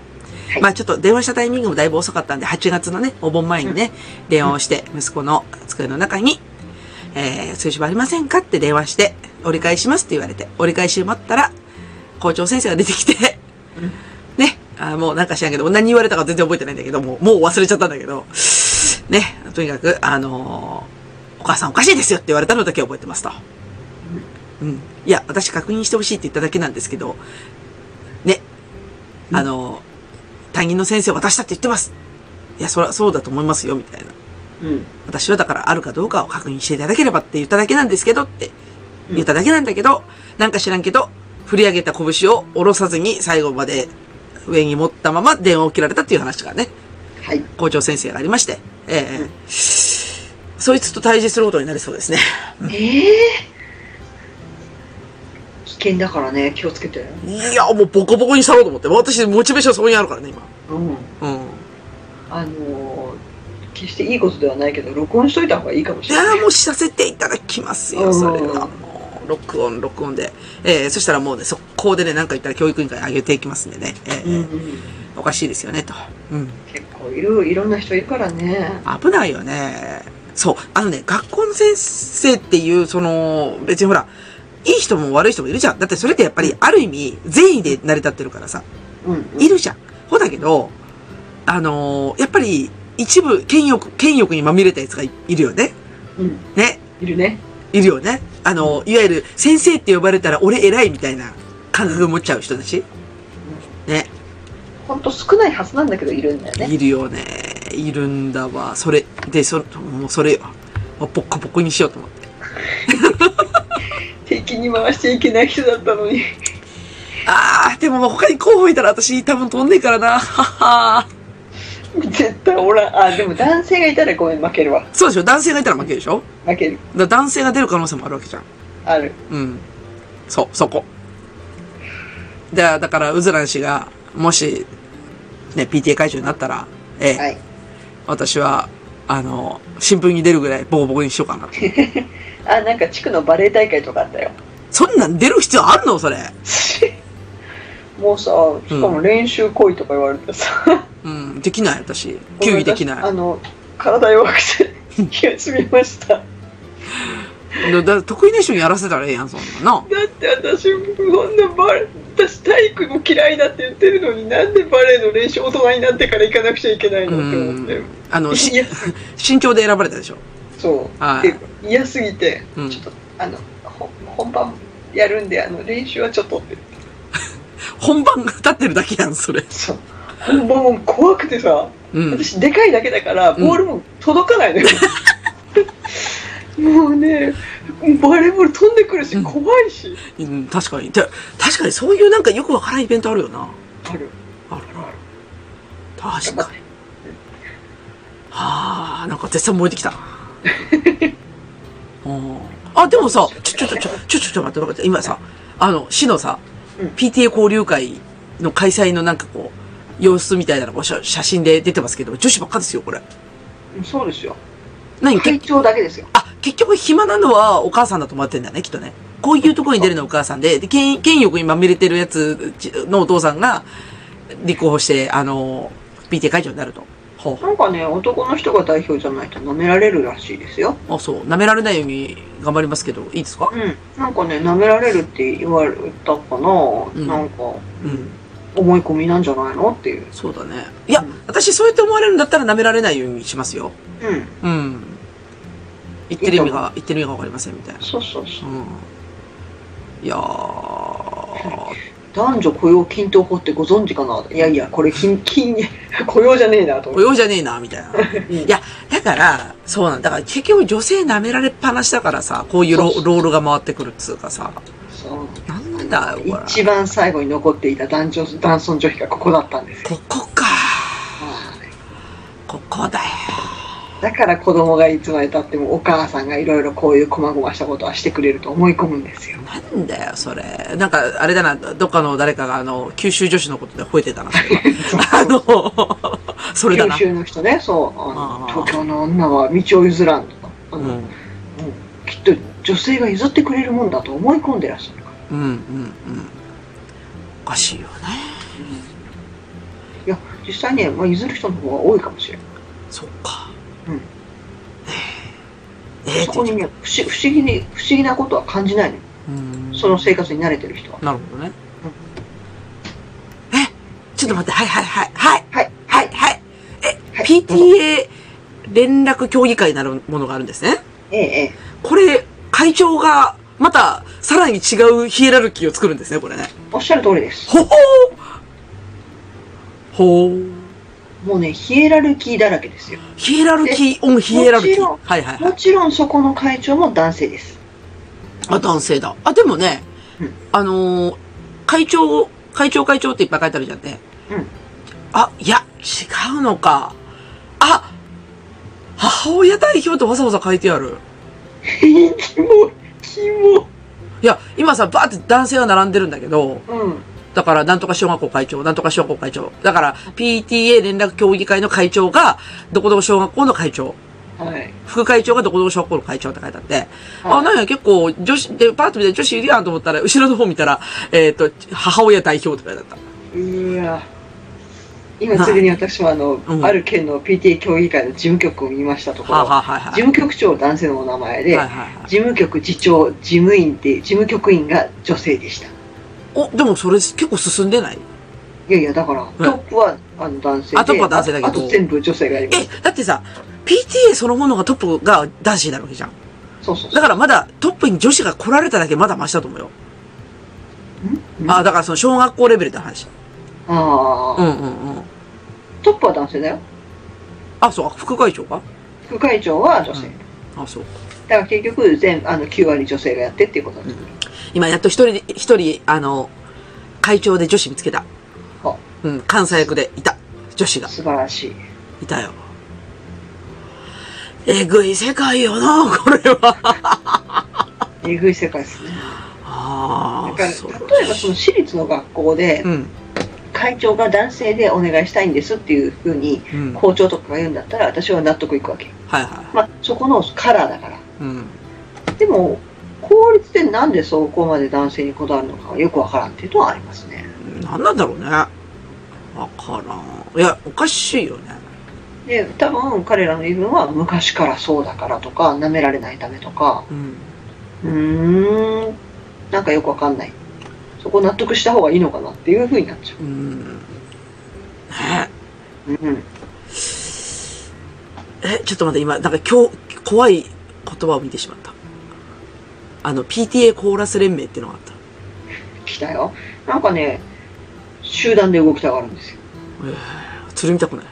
C: い
B: まあ、ちょっと電話したタイミングもだいぶ遅かったんで、8月のね、お盆前にね、電話をして、息子の机の中に、えー、通知簿ありませんかって電話して、折り返しますって言われて、折り返し待ったら、校長先生が出てきて、ね、あもうなんか知らんけど、何言われたか全然覚えてないんだけど、もう、もう忘れちゃったんだけど、ね、とにかく、あのーお母さんおかしいですよって言われたのだけ覚えてますと。うん。いや、私確認してほしいって言っただけなんですけど、ね、あのー担任の先生私だって言ってます。いや、そら、そうだと思いますよ、みたいな。
C: うん
B: 私はだからあるかどうかを確認していただければって言っただけなんですけどって
C: うん
B: 言っただけなんだけど、なんか知らんけど、振り上げた拳を下ろさずに最後まで上に持ったまま電話を切られたっていう話がね、
C: はい
B: 校長先生がありまして、ええそいつと対峙することになりそうですね。
C: ええ危険だからね気をつけて
B: いや、もうボコボコにしたろうと思って。私、モチベーションそこにあるからね、
C: うん
B: 今。うん。
C: あのー決していいことではないけど録音しといた方がいいかもし
B: い
C: れ
B: や
C: ない
B: ーもうさせていただきます
C: う
B: よ、
C: ん
B: それは。もう、録音、録音で。えー、そしたらもうね、速攻でね、なんか言ったら教育委員会上げていきますんでね。え
C: うんう
B: ー
C: ん
B: おかしいですよね、と。うん。
C: 結構いるいろんな人いるからね
B: 危ないよね。そう。あのね、学校の先生っていう、その、別にほら、いい人も悪い人もいるじゃん。だってそれってやっぱり、ある意味、善意で成り立ってるからさ。
C: うん
B: いるじゃん。ほだけど、あのーやっぱり、一部、権欲、権欲にまみれたやつがいいるよね。
C: うん
B: ね。
C: いるね
B: いるよね。あの、いわゆる先生って呼ばれたら俺偉いみたいな感覚を持っちゃう人たち。ね。
C: ほんと少ないはずなんだけどいるんだよね
B: いるよね。いるんだわ。それ、で、そ、もうそれよ。もうポッコポコにしようと思って。
C: 敵に回していけない人だったのに <laughs>
B: あー、でも他に候補いたら私多分飛んねえからな。はは
C: 絶対おらんあでも男性がいたらごめん負けるわ
B: そうでしょ男性がいたら負けでしょ
C: 負ける
B: だから男性が出る可能性もあるわけじゃん。
C: ある
B: うん。そう、そこ。で、だから、うずらん氏が、もし、ね、PTA 会長になったら、ええ、
C: はい
B: 私は、あの、新聞に出るぐらいボコボコにしようかな。
C: あなんか地区のバレエ大会とかあったよ <laughs>
B: そんなん出る必要あんのそれ。
C: もうさしかも練習行為とか言われてさ、 <laughs>
B: うん、できない、私。球技でき
C: あ
B: な
C: の体弱くて <laughs> 休みました
B: い。だだ得意な人にやらせたらええやん、そんなんな。
C: だって私こんなバレ私体育も嫌いだって言ってるのになんでバレエの練習大人になってから行かなくちゃいけないのって思って
B: あの、し
C: いや
B: 身長で選ばれたでしょ。
C: そう、
B: はい
C: で嫌すぎて、
B: うん
C: ちょっとあのほ本番やるんであの練習はちょっとって
B: 本番が立ってるだけやん、それ。
C: そう本番も怖くてさ
B: うん。
C: 私でかいだけだから
B: うん
C: ボールも届かない
B: <laughs>
C: のよ、もうねバレーボール飛んでくるし
B: うん
C: 怖いし、
B: うん、確かに。て確かにそういうなんかよくわからんイベントあるよな。
C: ある
B: ある
C: ある
B: 確かに。はあ、なんか絶賛燃えてき
C: <laughs>
B: た。うんあ、でもさ、ちょ、ちょ、ちょ、ちょ、ちょ、ちょ、待って待って、今さ、あの、市のさ、
C: うん
B: PTA 交流会の開催のなんかこう、様子みたいなのが写写真で出てますけど、女子ばっかですよ、これ。
C: そうですよ
B: 何、け
C: 会長だけですよ
B: あ、結局暇なのはお母さんだと思ってんだね、きっとね。こういうところに出るのはお母さんで、で、権権力にまみれてるやつのお父さんが立候補して、あの、PTA 会長になると。ほう
C: なんかね男の人が代表じゃないと舐められるらしいですよ
B: あ、そう。舐められないように頑張りますけど、いいですか
C: うんなんかね舐められるって言われたかな、
B: ん
C: なんか
B: うん。
C: 思い込みなんじゃないのっていう
B: そうだね。いや、
C: うん
B: 私そうやって思われるんだったら舐められないようにしますよ。
C: うん
B: うん。言ってる意味が、言ってる意味がわかりません、みたいな。
C: そうそうそう
B: うん。いやー、
C: 男女雇用均等法ってご存知かないやいやこれ金金雇用じゃねえなと
B: 雇
C: 思って
B: 用じゃねえな、みたい
C: <laughs>
B: な。いや、だから、そうなんだ。だから結局女性舐められっぱなしだからさ、こういうロ
C: そう
B: ロールが回ってくるっつうかさ、
C: そう
B: なんだよ、これ。
C: 一番最後に残っていた男女男尊女卑がここだったんですよ
B: ここか。ここだよ。
C: だから子供がいつまでたってもお母さんがいろいろこういう細々したことはしてくれると思い込むんですよ
B: なんだよ、それ。なんか、あれだな、どっかの誰かが、あの、九州女子のことで吠えてたな、それは
C: <laughs>
B: あの、それだ
C: 九
B: な。
C: 州の人ねそうあの
B: あー
C: 東京の女は道を譲らんとかあ
B: う
C: の
B: ん、うん、
C: きっと女性が譲ってくれるもんだと思い込んでらっしゃるから
B: うん、うん。おかしいよね。
C: いや実際ね、まあ、譲る人の方が多いかもしれない
B: そっか。
C: うん
B: えー、えーっ
C: そ
B: て言
C: こ
B: っち
C: に
B: ゃ
C: ね不思不思議に不思議なことは感じないのよ
B: ううん
C: その生活に慣れてる人は
B: なるほどね。え、ちょっと待って、はいはいはい、はい、
C: はい
B: はい、はい。え、
C: はい
B: PTA 連絡協議会なるものがあるんですね。
C: ええええ
B: これ、会長が、また、さらに違うヒエラルキーを作るんですね、これね。
C: おっしゃる通りです
B: ほほーほー。
C: もうねヒエラルキーだらけですよ
B: ヒエラルキーオンヒエラルキ
C: もちろ
B: ー
C: ん。
B: はいはいは
C: も
B: い。
C: ちろんそこの会長も男性です
B: あ、男性だ。あ、でもね
C: うん、
B: あのー会長、会長会長っていっぱい書いてあるじゃんね。
C: うん
B: あ、いや、違うのか。あ、母親代表ってわざわざ書いてある。
C: キモキモ
B: いや、今さ、バーって男性が並んでるんだけど、
C: うん
B: だから、なんとか小学校会長、なんとか小学校会長。だから、PTA 連絡協議会の会長が、どこどこ小学校の会長。
C: はい
B: 副会長がどこどこ小学校の会長って書いてあって、
C: はい
B: あ、なんや、結構、女子、で、パーッと見て女子いるやんと思ったら、後ろの方見たら、えっ、と、母親代表って書いてあった。
C: いや今すぐに私もあの、
B: うん
C: ある県の PTA 協議会の事務局を見ましたところ、
B: はあ、はあはいはい。
C: 事務局長男性のお名前で、
B: はいはいはい。
C: 事務局次長事務員って事務局員が女性でしたい
B: お、でもそれ結構進んでない
C: やいやだからトップはあの男性で
B: あトップは男性だけど
C: あと全部女性がいます
B: え、だってさ、PTA そのものがトップが男子になるわけじゃん。
C: そうそうそう
B: だからまだトップに女子が来られただけまだマシだと思うよ。
C: うん
B: あ、だからその小学校レベルって話。
C: あ
B: う
C: ー、
B: んうんうん。
C: トップは男性だよ
B: あ、そう、あ副会長か
C: 副会長は女性、
B: うんあ、そう。
C: だから結局全あの9割女性がやってっていうことです、
B: 今やっと一人で、一人、あの、会長で女子見つけた。
C: あ
B: うん、関西役でいた。女子が。
C: 素晴らしい
B: いたよ。えぐい世界よな、これは。
C: えぐい世界ですね
B: あ
C: だか
B: あ、
C: ら
B: そう。
C: 例えばその私立の学校で
B: うん。
C: 会長が男性でお願いしたいんですっていうふうに
B: うん。はい
C: 校長とかが言うんだったら私は納得いくわけ、
B: はい。
C: まあ、そこのカラーだから
B: うん。
C: でも公立でなんでそこまで男性にこだわるのかはよくわからんっていうのはありますね
B: なんなんだろうね。わからん。いや、おかしいよね。
C: で多分彼らの言い分は昔からそうだからとか舐められないためとか
B: うん。
C: うーんなんかよくわかんないそこ納得した方がいいのかなっていうふうになっちゃ
B: うん。ね
C: う。うん。
B: え、ちょっと待って、今、なんか今日、怖い言葉を見てしまった。あの、PTA コーラス連盟っていうのがあった。
C: 来たよ。なんかね、集団で動きたがるんですよ。
B: えー、釣り見たくない。
C: い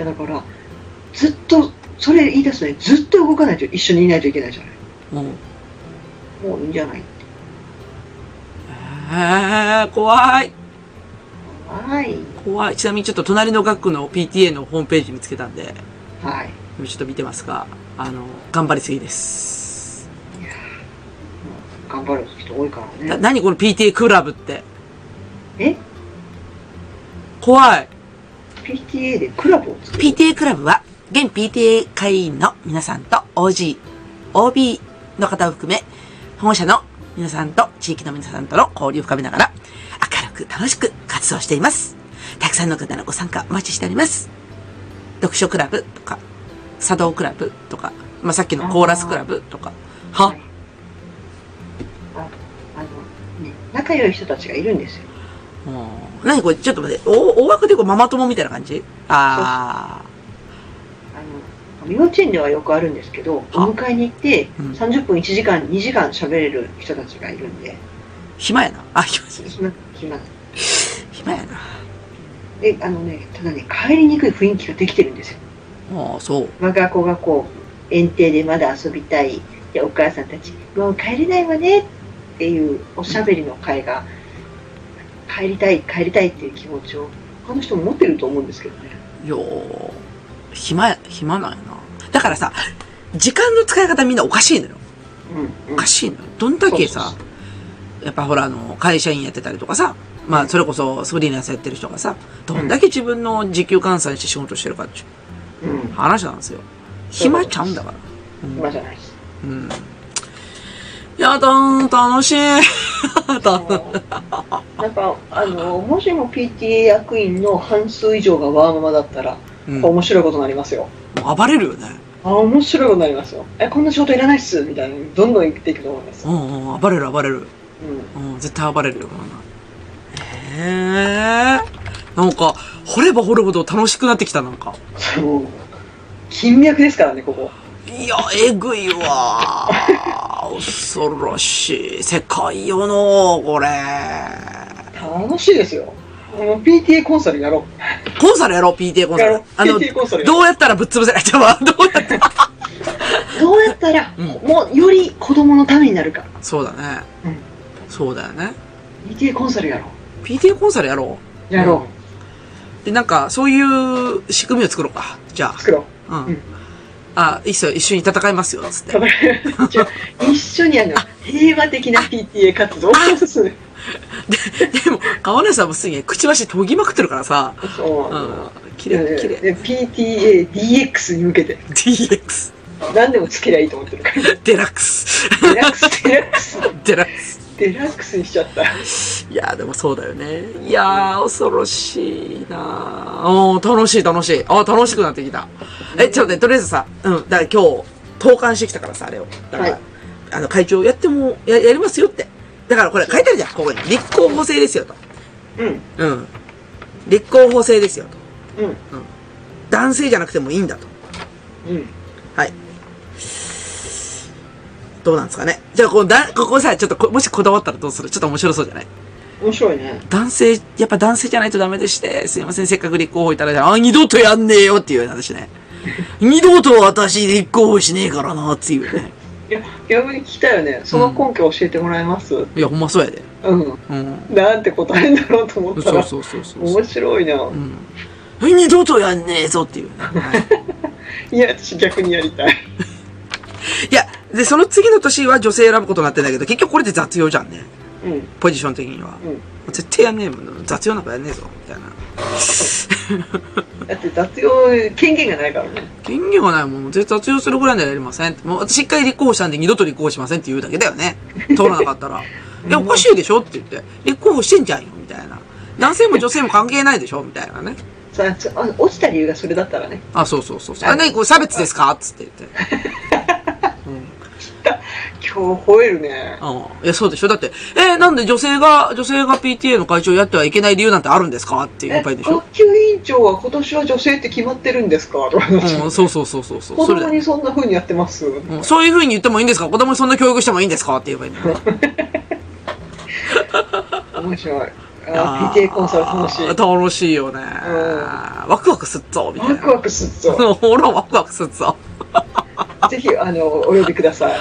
C: やだから、ずっと、それ言い出すとね、ずっと動かないと一緒にいないといけないじゃない。
B: もうん。
C: もういいんじゃない
B: えー、怖い。
C: はい。
B: 怖い。ちなみにちょっと隣の学区の PTA のホームページ見つけたんで、
C: はい。
B: ちょっと見てますが、あの、頑張りすぎです。
C: 頑張る人多いから
B: な、
C: ね。
B: 何この PTA クラブって。
C: え
B: 怖い。
C: ?PTA でクラブを作る
B: PTA クラブは、現 PTA 会員の皆さんと OG、OB の方を含め、保護者の皆さんと地域の皆さんとの交流を深めながら、明るく楽しく活動しています。たくさんの方のご参加お待ちしております。読書クラブとか、茶道クラブとか、まあ、さっきのコーラスクラブとか、は
C: はい、ああの、ね、仲良い人たちがいるんですよ。
B: うん何これ、ちょっと待って、お大枠でこうママ友みたいな感じあ
C: あの幼稚園ではよくあるんですけど、お迎えに行って、
B: うん
C: 30分1時間、2時間喋れる人たちがいるんで、
B: ー、暇やな。あ、暇、
C: 暇、暇。
B: 暇やな。
C: で、あのね、ただね、帰りにくい雰囲気ができてるんですよ。
B: ああ、そう。
C: 我が子がこう、園庭でまだ遊びたい。で、お母さんたち、もう帰れないわねっていうおしゃべりの会が、帰りたい、帰りたいっていう気持ちを、他の人も持ってると思うんですけどね。
B: よー暇や、暇なんやな。だからさ、時間の使い方みんなおかしいのよ。
C: うん、う
B: お
C: ん
B: か。しいのよ。どんだけさ
C: そう、
B: やっぱほらあの、会社員やってたりとかさ、まあそれこそフリーランスやってる人がさ、どんだけ自分の時給換算して仕事してるかっていう
C: うん。
B: 話なんですよ。暇ちゃうんだから。
C: 今じゃな
B: <laughs>
C: いです。
B: うん。やだー、楽しい。 <laughs> 楽
C: なんか、あの、もしも PTA 役員の半数以上がワーママだったら、
B: うん、も
C: 面白いことになりますよ。
B: う暴れるよね。
C: あ、面白いことになりますよ。え、こんな仕事いらないっすみたいに、どんどん言っていくと思います。
B: う
C: うん
B: うん、暴れる暴れる。
C: ん。
B: うん、絶対暴れるよ、こんなん。へえ。なんか、掘れば掘るほど楽しくなってきた、なんか。
C: それもう、金脈ですからね、ここ。
B: いや、えぐいわ。恐ろしい世界よの、これ。
C: 楽しいですよ。もう PTA コンサルやろ
B: コンサルやろう、PTA コンサ
C: や
B: ル
C: ろう。
B: あの、
C: PTA コンサルやろう
B: どうやったらぶっ潰せない <laughs> ちょっと待ってどうや
C: <laughs>
B: って。
C: う。どうやったら、
B: うん
C: もう、より子供のためになるか。
B: そうだね。
C: うん
B: そうだよね。
C: PTA コンサルやろ
B: PTA コンサルやろ
C: う。やろ
B: う。で、なんか、そういう仕組みを作ろうか。じゃ
C: う。作ろう。
B: あ。う
C: うんん。
B: あ、いいっすよ、一緒に戦いますよ、つって。 <laughs>
C: 戦いじゃあ一緒にあの、平和的な PTA 活動を進める。
B: でも、川梨さんもすげえ、くちばし研ぎまくってるからさ。
C: そう
B: うん。綺
C: いやいや
B: 麗、綺麗。
C: で PTA、DX に向けて、
B: DX、
C: 何でもつけりゃいいと思ってるから。
B: デラックス、
C: デラックス、デラックス、
B: デラックス。
C: デラックスにしちゃった。
B: いやー、でもそうだよね。いやー、恐ろしいなー。おー楽しい、楽しい。あー楽しくなってきた。え、ちょっとね、とりあえずさ、うん、だから今日、投函してきたからさ、あれを。だから、
C: はい
B: あの、会長やっても、や、やりますよって。だからこれ書いてあるじゃん、ここに。立候補制ですよ、と。
C: うん、
B: うん。立候補制ですよ、と。
C: うん、
B: 男性じゃなくてもいいんだと。
C: うん。
B: はい。どうなんですかね。じゃあ、こうだ、ここさ、ちょっとこ、もしこだわったらどうするちょっと面白そうじゃない
C: 面白いね。
B: 男性、やっぱ男性じゃないとダメでして、すいません、せっかく立候補いただいたら、あ、二度とやんねえよっていう話ね。 <laughs> 二度と私立候補しねえからな、っていうね。
C: いや、逆に聞きたいよね。その根拠教えてもらえますうん。
B: いや、ほんまそうやで。うん。
C: なんて答えんだろうと思った
B: そう
C: ら、
B: そうそうそうそう。
C: 面白いな。
B: うん。二度とやんねえぞっていうね。はい
C: いや、私逆にやりたい。
B: いや、で、その次の年は女性選ぶことになってんだけど、結局これで雑用じゃんね。
C: うん、
B: ポジション的には。
C: う
B: 絶対やんねえもん。雑用なんかやんねえぞ、みたいな。
C: ん。だって雑用、権限がないからね。
B: 権限がないもん。絶対雑用するぐらいならやりません。もう私一回立候補したんで二度と立候補しませんって言うだけだよね。通らなかった
C: <laughs>
B: ら。いや、おかしいでしょって言って。立候補してんじゃんよ、みたいな。男性も女性も関係ないでしょみたいなね。
C: さちょあ落ちた理由がそれだったらね。
B: あ、そうそうそうそう。あ、なにこれ差別ですかつって言って。うん
C: った。今日吠えるね。
B: うん。いや、そうでしょ。だって、えーなんで女性が、女性が PTA の会長をやってはいけない理由なんてあるんですかっていういっぱいでしょ。
C: 学級委員長は今年は女性って決まってるんですかとか言って
B: うん、そうそうそうそうそう。
C: 子
B: それ
C: 供
B: だ
C: にそんな風にやってます。
B: うんそういう風に言ってもいいんですか子供にそんな教育してもいいんですかって言えばいいのか。
C: 面白い。あー PTA コンサル楽しい。
B: 楽しいよね。
C: ん
B: ワクワクすっぞ、みたい
C: ワ
B: な
C: ク。ワクす
B: <laughs>
C: っぞ。
B: ほら、ワクワクすっぞ。
C: ぜひ、あの、お呼びください。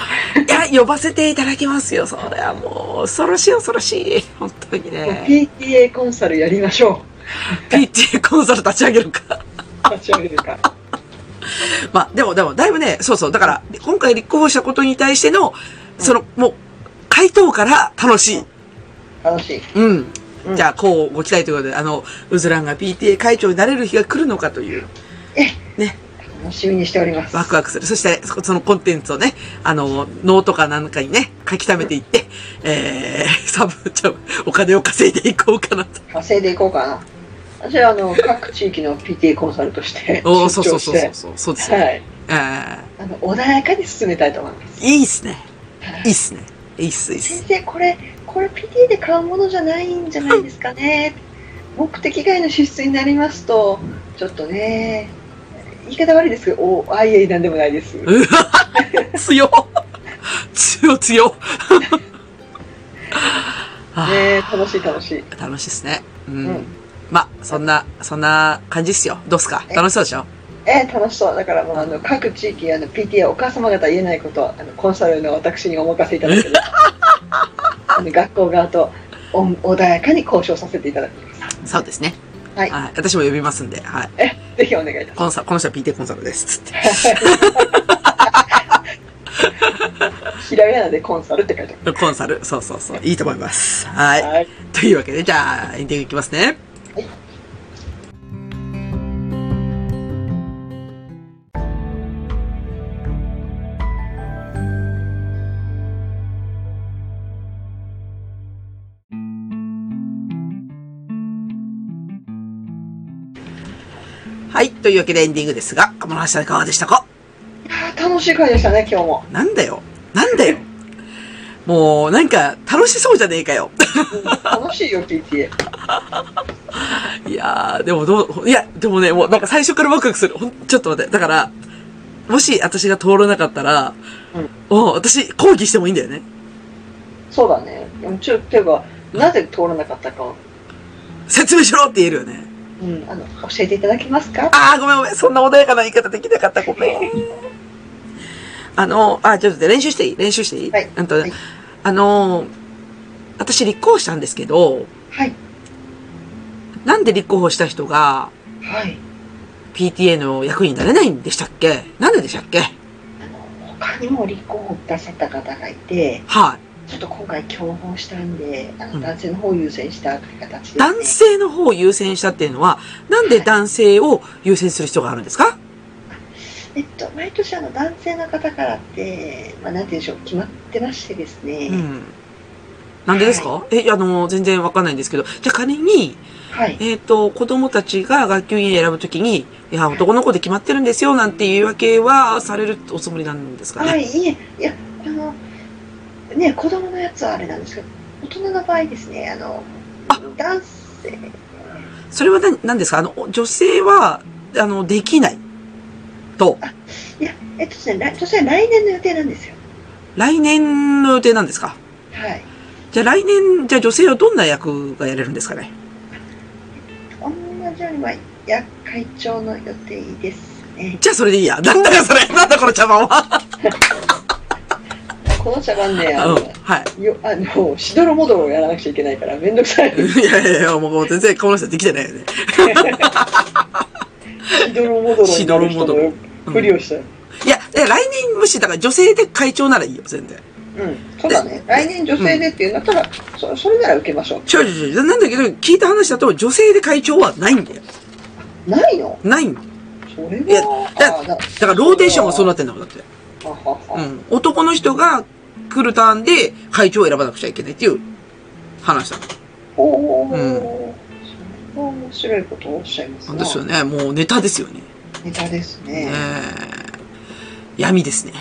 B: いや、呼ばせていただきますよ、それはもう。恐ろしい、恐ろしい。本当にね。
C: PTA コンサルやりましょ
B: PTA コンサル立ち上げるか。
C: う。立ち上げるか。
B: まあ、でも、でも、だいぶね、そうそう。だから、今回立候補したことに対しての、その、もう、回答から楽しい。
C: 楽しい。
B: うん。
C: うん
B: じゃあ、こうご期待ということで、あの、うずらんが PTA 会長になれる日が来るのかという、
C: 楽しみにしております。
B: ワクワクする。そして、そそのコンテンツをね、あの、ノートかなんかにね、書き溜めていって、えー、サブ、ちょ、お金を稼いでいこうかなと。
C: 稼いでいこうかな。私はあ
B: <laughs>
C: の各地域の PTA コンサルとして
B: おー
C: 出
B: そうそうそう
C: 張し
B: そう、
C: て
B: そう、そうですね。
C: はい、
B: えー
C: あの穏やかに進めたいと思います。
B: いいっすね。
C: はい
B: いいっすね。いいっす、いいっ
C: 先 <laughs>
B: す。
C: 生これこれ PTA で買うものじゃないんじゃないですかね。目的外の支出になりますとちょっとね言い方悪いですけど OIA なんでもないです。
B: うわ強強強あー
C: ね楽しい楽しい。
B: 楽しいですね。う。
C: うんん。
B: まあ、そんな、そんな感じっすよ。どうっすか
C: え
B: 楽しそうでしょ
C: えー楽しそうだからもうあの各地域あの PTA お母様方言えないことはあのコンサルの私にお任せいただけれ
B: <laughs>
C: ばあの学校側とお穏やかに交渉させていただきます
B: そうですね。
C: はい
B: はい。私も呼びますんで、はい。
C: ぜひお願いいたし
B: コ
C: ま
B: ンサ、この人は PT コンサルです。つって。
C: すひらがなでコンサルって書いてあ
B: コンサル。そうそうそう。いいと思います。はい。
C: るはい
B: というわけで、じゃあ、エンディングいきますね。
C: はい
B: はい。というわけでエンディングですが、この話はいかがでしたか
C: あー楽しい会でしたね今日も
B: なんだよ。なんだよ。もう、なんか、楽しそうじゃねえかよ。
C: 楽しいよ PTA
B: いやー、でもどう、いや、でもね、もうなんか最初からワクワクする。ほん、ちょっと待って。だから、もし私が通らなかったら、
C: うん
B: お私、抗議してもいいんだよね。
C: そうだねでもちょっていうかなぜ通らなかったかを、
B: 説明しろって言えるよね。
C: うん、あの教えていただけますか
B: あー、ごめんごめん。そんな穏やかな言い方できなかった。ごめん。あの、あ、ちょっと待って練習していい練習していい、
C: はい
B: あと、
C: はい
B: あのー、私立候補したんですけど、
C: はい
B: なんで立候補した人が
C: はい
B: PTA の役員になれないんでしたっけなんででしたっけ
C: 他にも立候補くださった方がいて
B: は
C: ちょっと今回競合したんで、あ
B: うん
C: の男性の方を優先した形
B: い。
C: で、ね
B: 男性の方を優先したっていうのは、なんで男性を優先する人があるんですか
C: えっと、毎年あの男性の方からって、まあ、なんて言うんでしょう、決まってましてですね、
B: うん。なんでですか、え、あの、全然わかんないんですけど、じゃあ仮に、
C: はい、
B: えっ、と、子供たちが学級委員選ぶときに、いや、男の子で決まってるんですよ、なんて言い訳はされるおつもりなんですかね。
C: はい、いえ、いや、あの、ね、子供のやつはあれなんですけど、大人の場合ですね、あの、男性、
B: それは何何ですかあの、女性は、あの、できない。と、
C: いや、えっとですね、来女性は来年の予定なんですよ。
B: 来年の予定なんですか
C: はい。
B: じゃあ来年、じゃあ女性はどんな役がやれるんですかね
C: 同じように、まあ、や会長の予定ですね。
B: じゃあそれでいいや。なんだかそれなんだこの茶番は
C: この茶番ね、あ
B: うん。
C: の、
B: は
C: よあのしどろもどろをやらなくちゃいけないからめんど
B: <laughs>
C: くさ
B: い。
C: い
B: いやいやいや、もう全然この人できてないよね。 <laughs>
C: しどろもどろ
B: し
C: に
B: ど
C: な
B: ろ
C: る
B: もど
C: 人の
B: ろ
C: ふりをした、うん
B: いや、いや来年もし、だから女性で会長ならいいよ、全然。
C: そうだね来年女性でっていうんだったら、そそれなら受けましょ
B: ちょいちょいちょいなんだけど、聞いた話だと女性で会長はないんだよ。
C: うないの
B: ないんだよ
C: それ
B: いや
C: は
B: だ
C: あ
B: だ
C: な
B: からローテーションがそうなってんだもん、だって。
C: はは
B: う
C: は
B: ん。男の人が来るターンで会長を選ばなくちゃいけないっていう話だ。
C: おお、
B: う
C: そ
B: ん
C: れは面白いことをおっしゃいます
B: なん
C: な
B: ですよね。もうネタですよね。
C: ネタです
B: ね
C: ね
B: え闇ですね。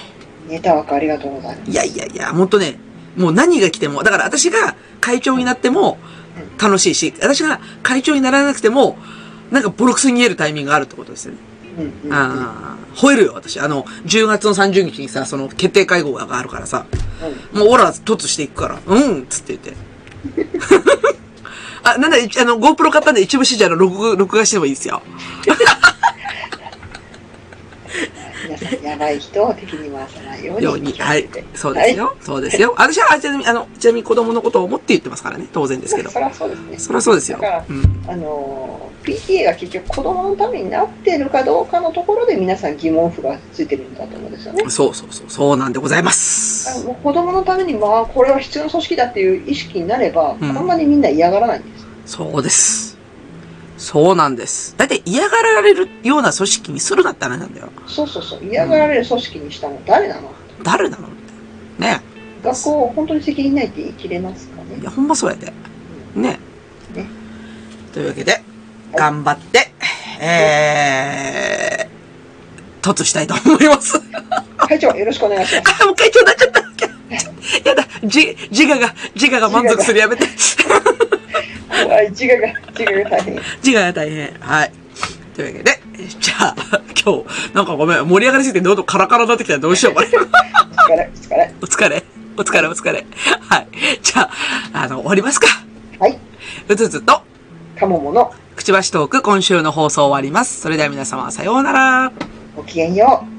C: ネタ枠ありがとうございます。
B: いやいやいや、ほんとね、もう何が来ても、だから私が会長になっても楽しいし、私が会長にならなくても、なんかボロクソに言えるタイミングがあるってことですよね。
C: うんうんうん
B: ああ、吠えるよ、私。あの、10月の30日にさ、その決定会合があるからさ、
C: う
B: もうオラ、突していくから、うん、っつって言って。 <laughs> あ、なんだ、いあの、GoPro 買ったんで一部始終の録画、録画してもいいですよ。
C: ん皆さん、やばい人を敵に回さないように。
B: ように。はい。そうですよ。そうですよ。私は、あちなみに、あの、ちなみに子供のことを思って言ってますからね。当然です
C: は
B: けど。
C: い。<laughs> そりゃそうですね。
B: そりゃそうですよ
C: だから。
B: うん。
C: あのー PTA が結局子供のためになってるかどうかのところで皆さん疑問符がついてるんだと思うんですよね。
B: そうそうそう。そうなんでございま
C: だから
B: す。
C: もう子供のためにまあこれは必要な組織だっていう意識になれば、
B: うん
C: あんまりみんな嫌がらないんです。
B: そうです。そうなんです。だって嫌がられるような組織にするなって話なんだよ。
C: そうそうそう嫌がられる組織にしたの誰なの、
B: 誰なのみたいな。ね
C: 学校を本当に責任ないって言い切れますか
B: え。い
C: ね
B: や、ほんまそうやで。ねえ。
C: ね
B: というわけで、頑張って、えー、突したいと思います。 <laughs>
C: 会長よろしくお願いします
B: あ、もう会長になっちゃった。やだ、じ、自我が、自我が満足するやめて。
C: あ自我が自我が大変
B: 自我が大変。はい。というわけで、えじゃあ、 <laughs> 今日、なんかごめん、盛り上がりすぎてどんどんカラカラになってきたらどうしようかな。
C: お疲れお疲れ
B: <laughs> お疲れ。お疲れ、お疲れ。はい。じゃあ、あの、終わりますか。
C: はい。
B: うつうつと、
C: かももの
B: くちばしトーク、今週の放送終わります。それでは皆様、さようなら。
C: ごきげんよう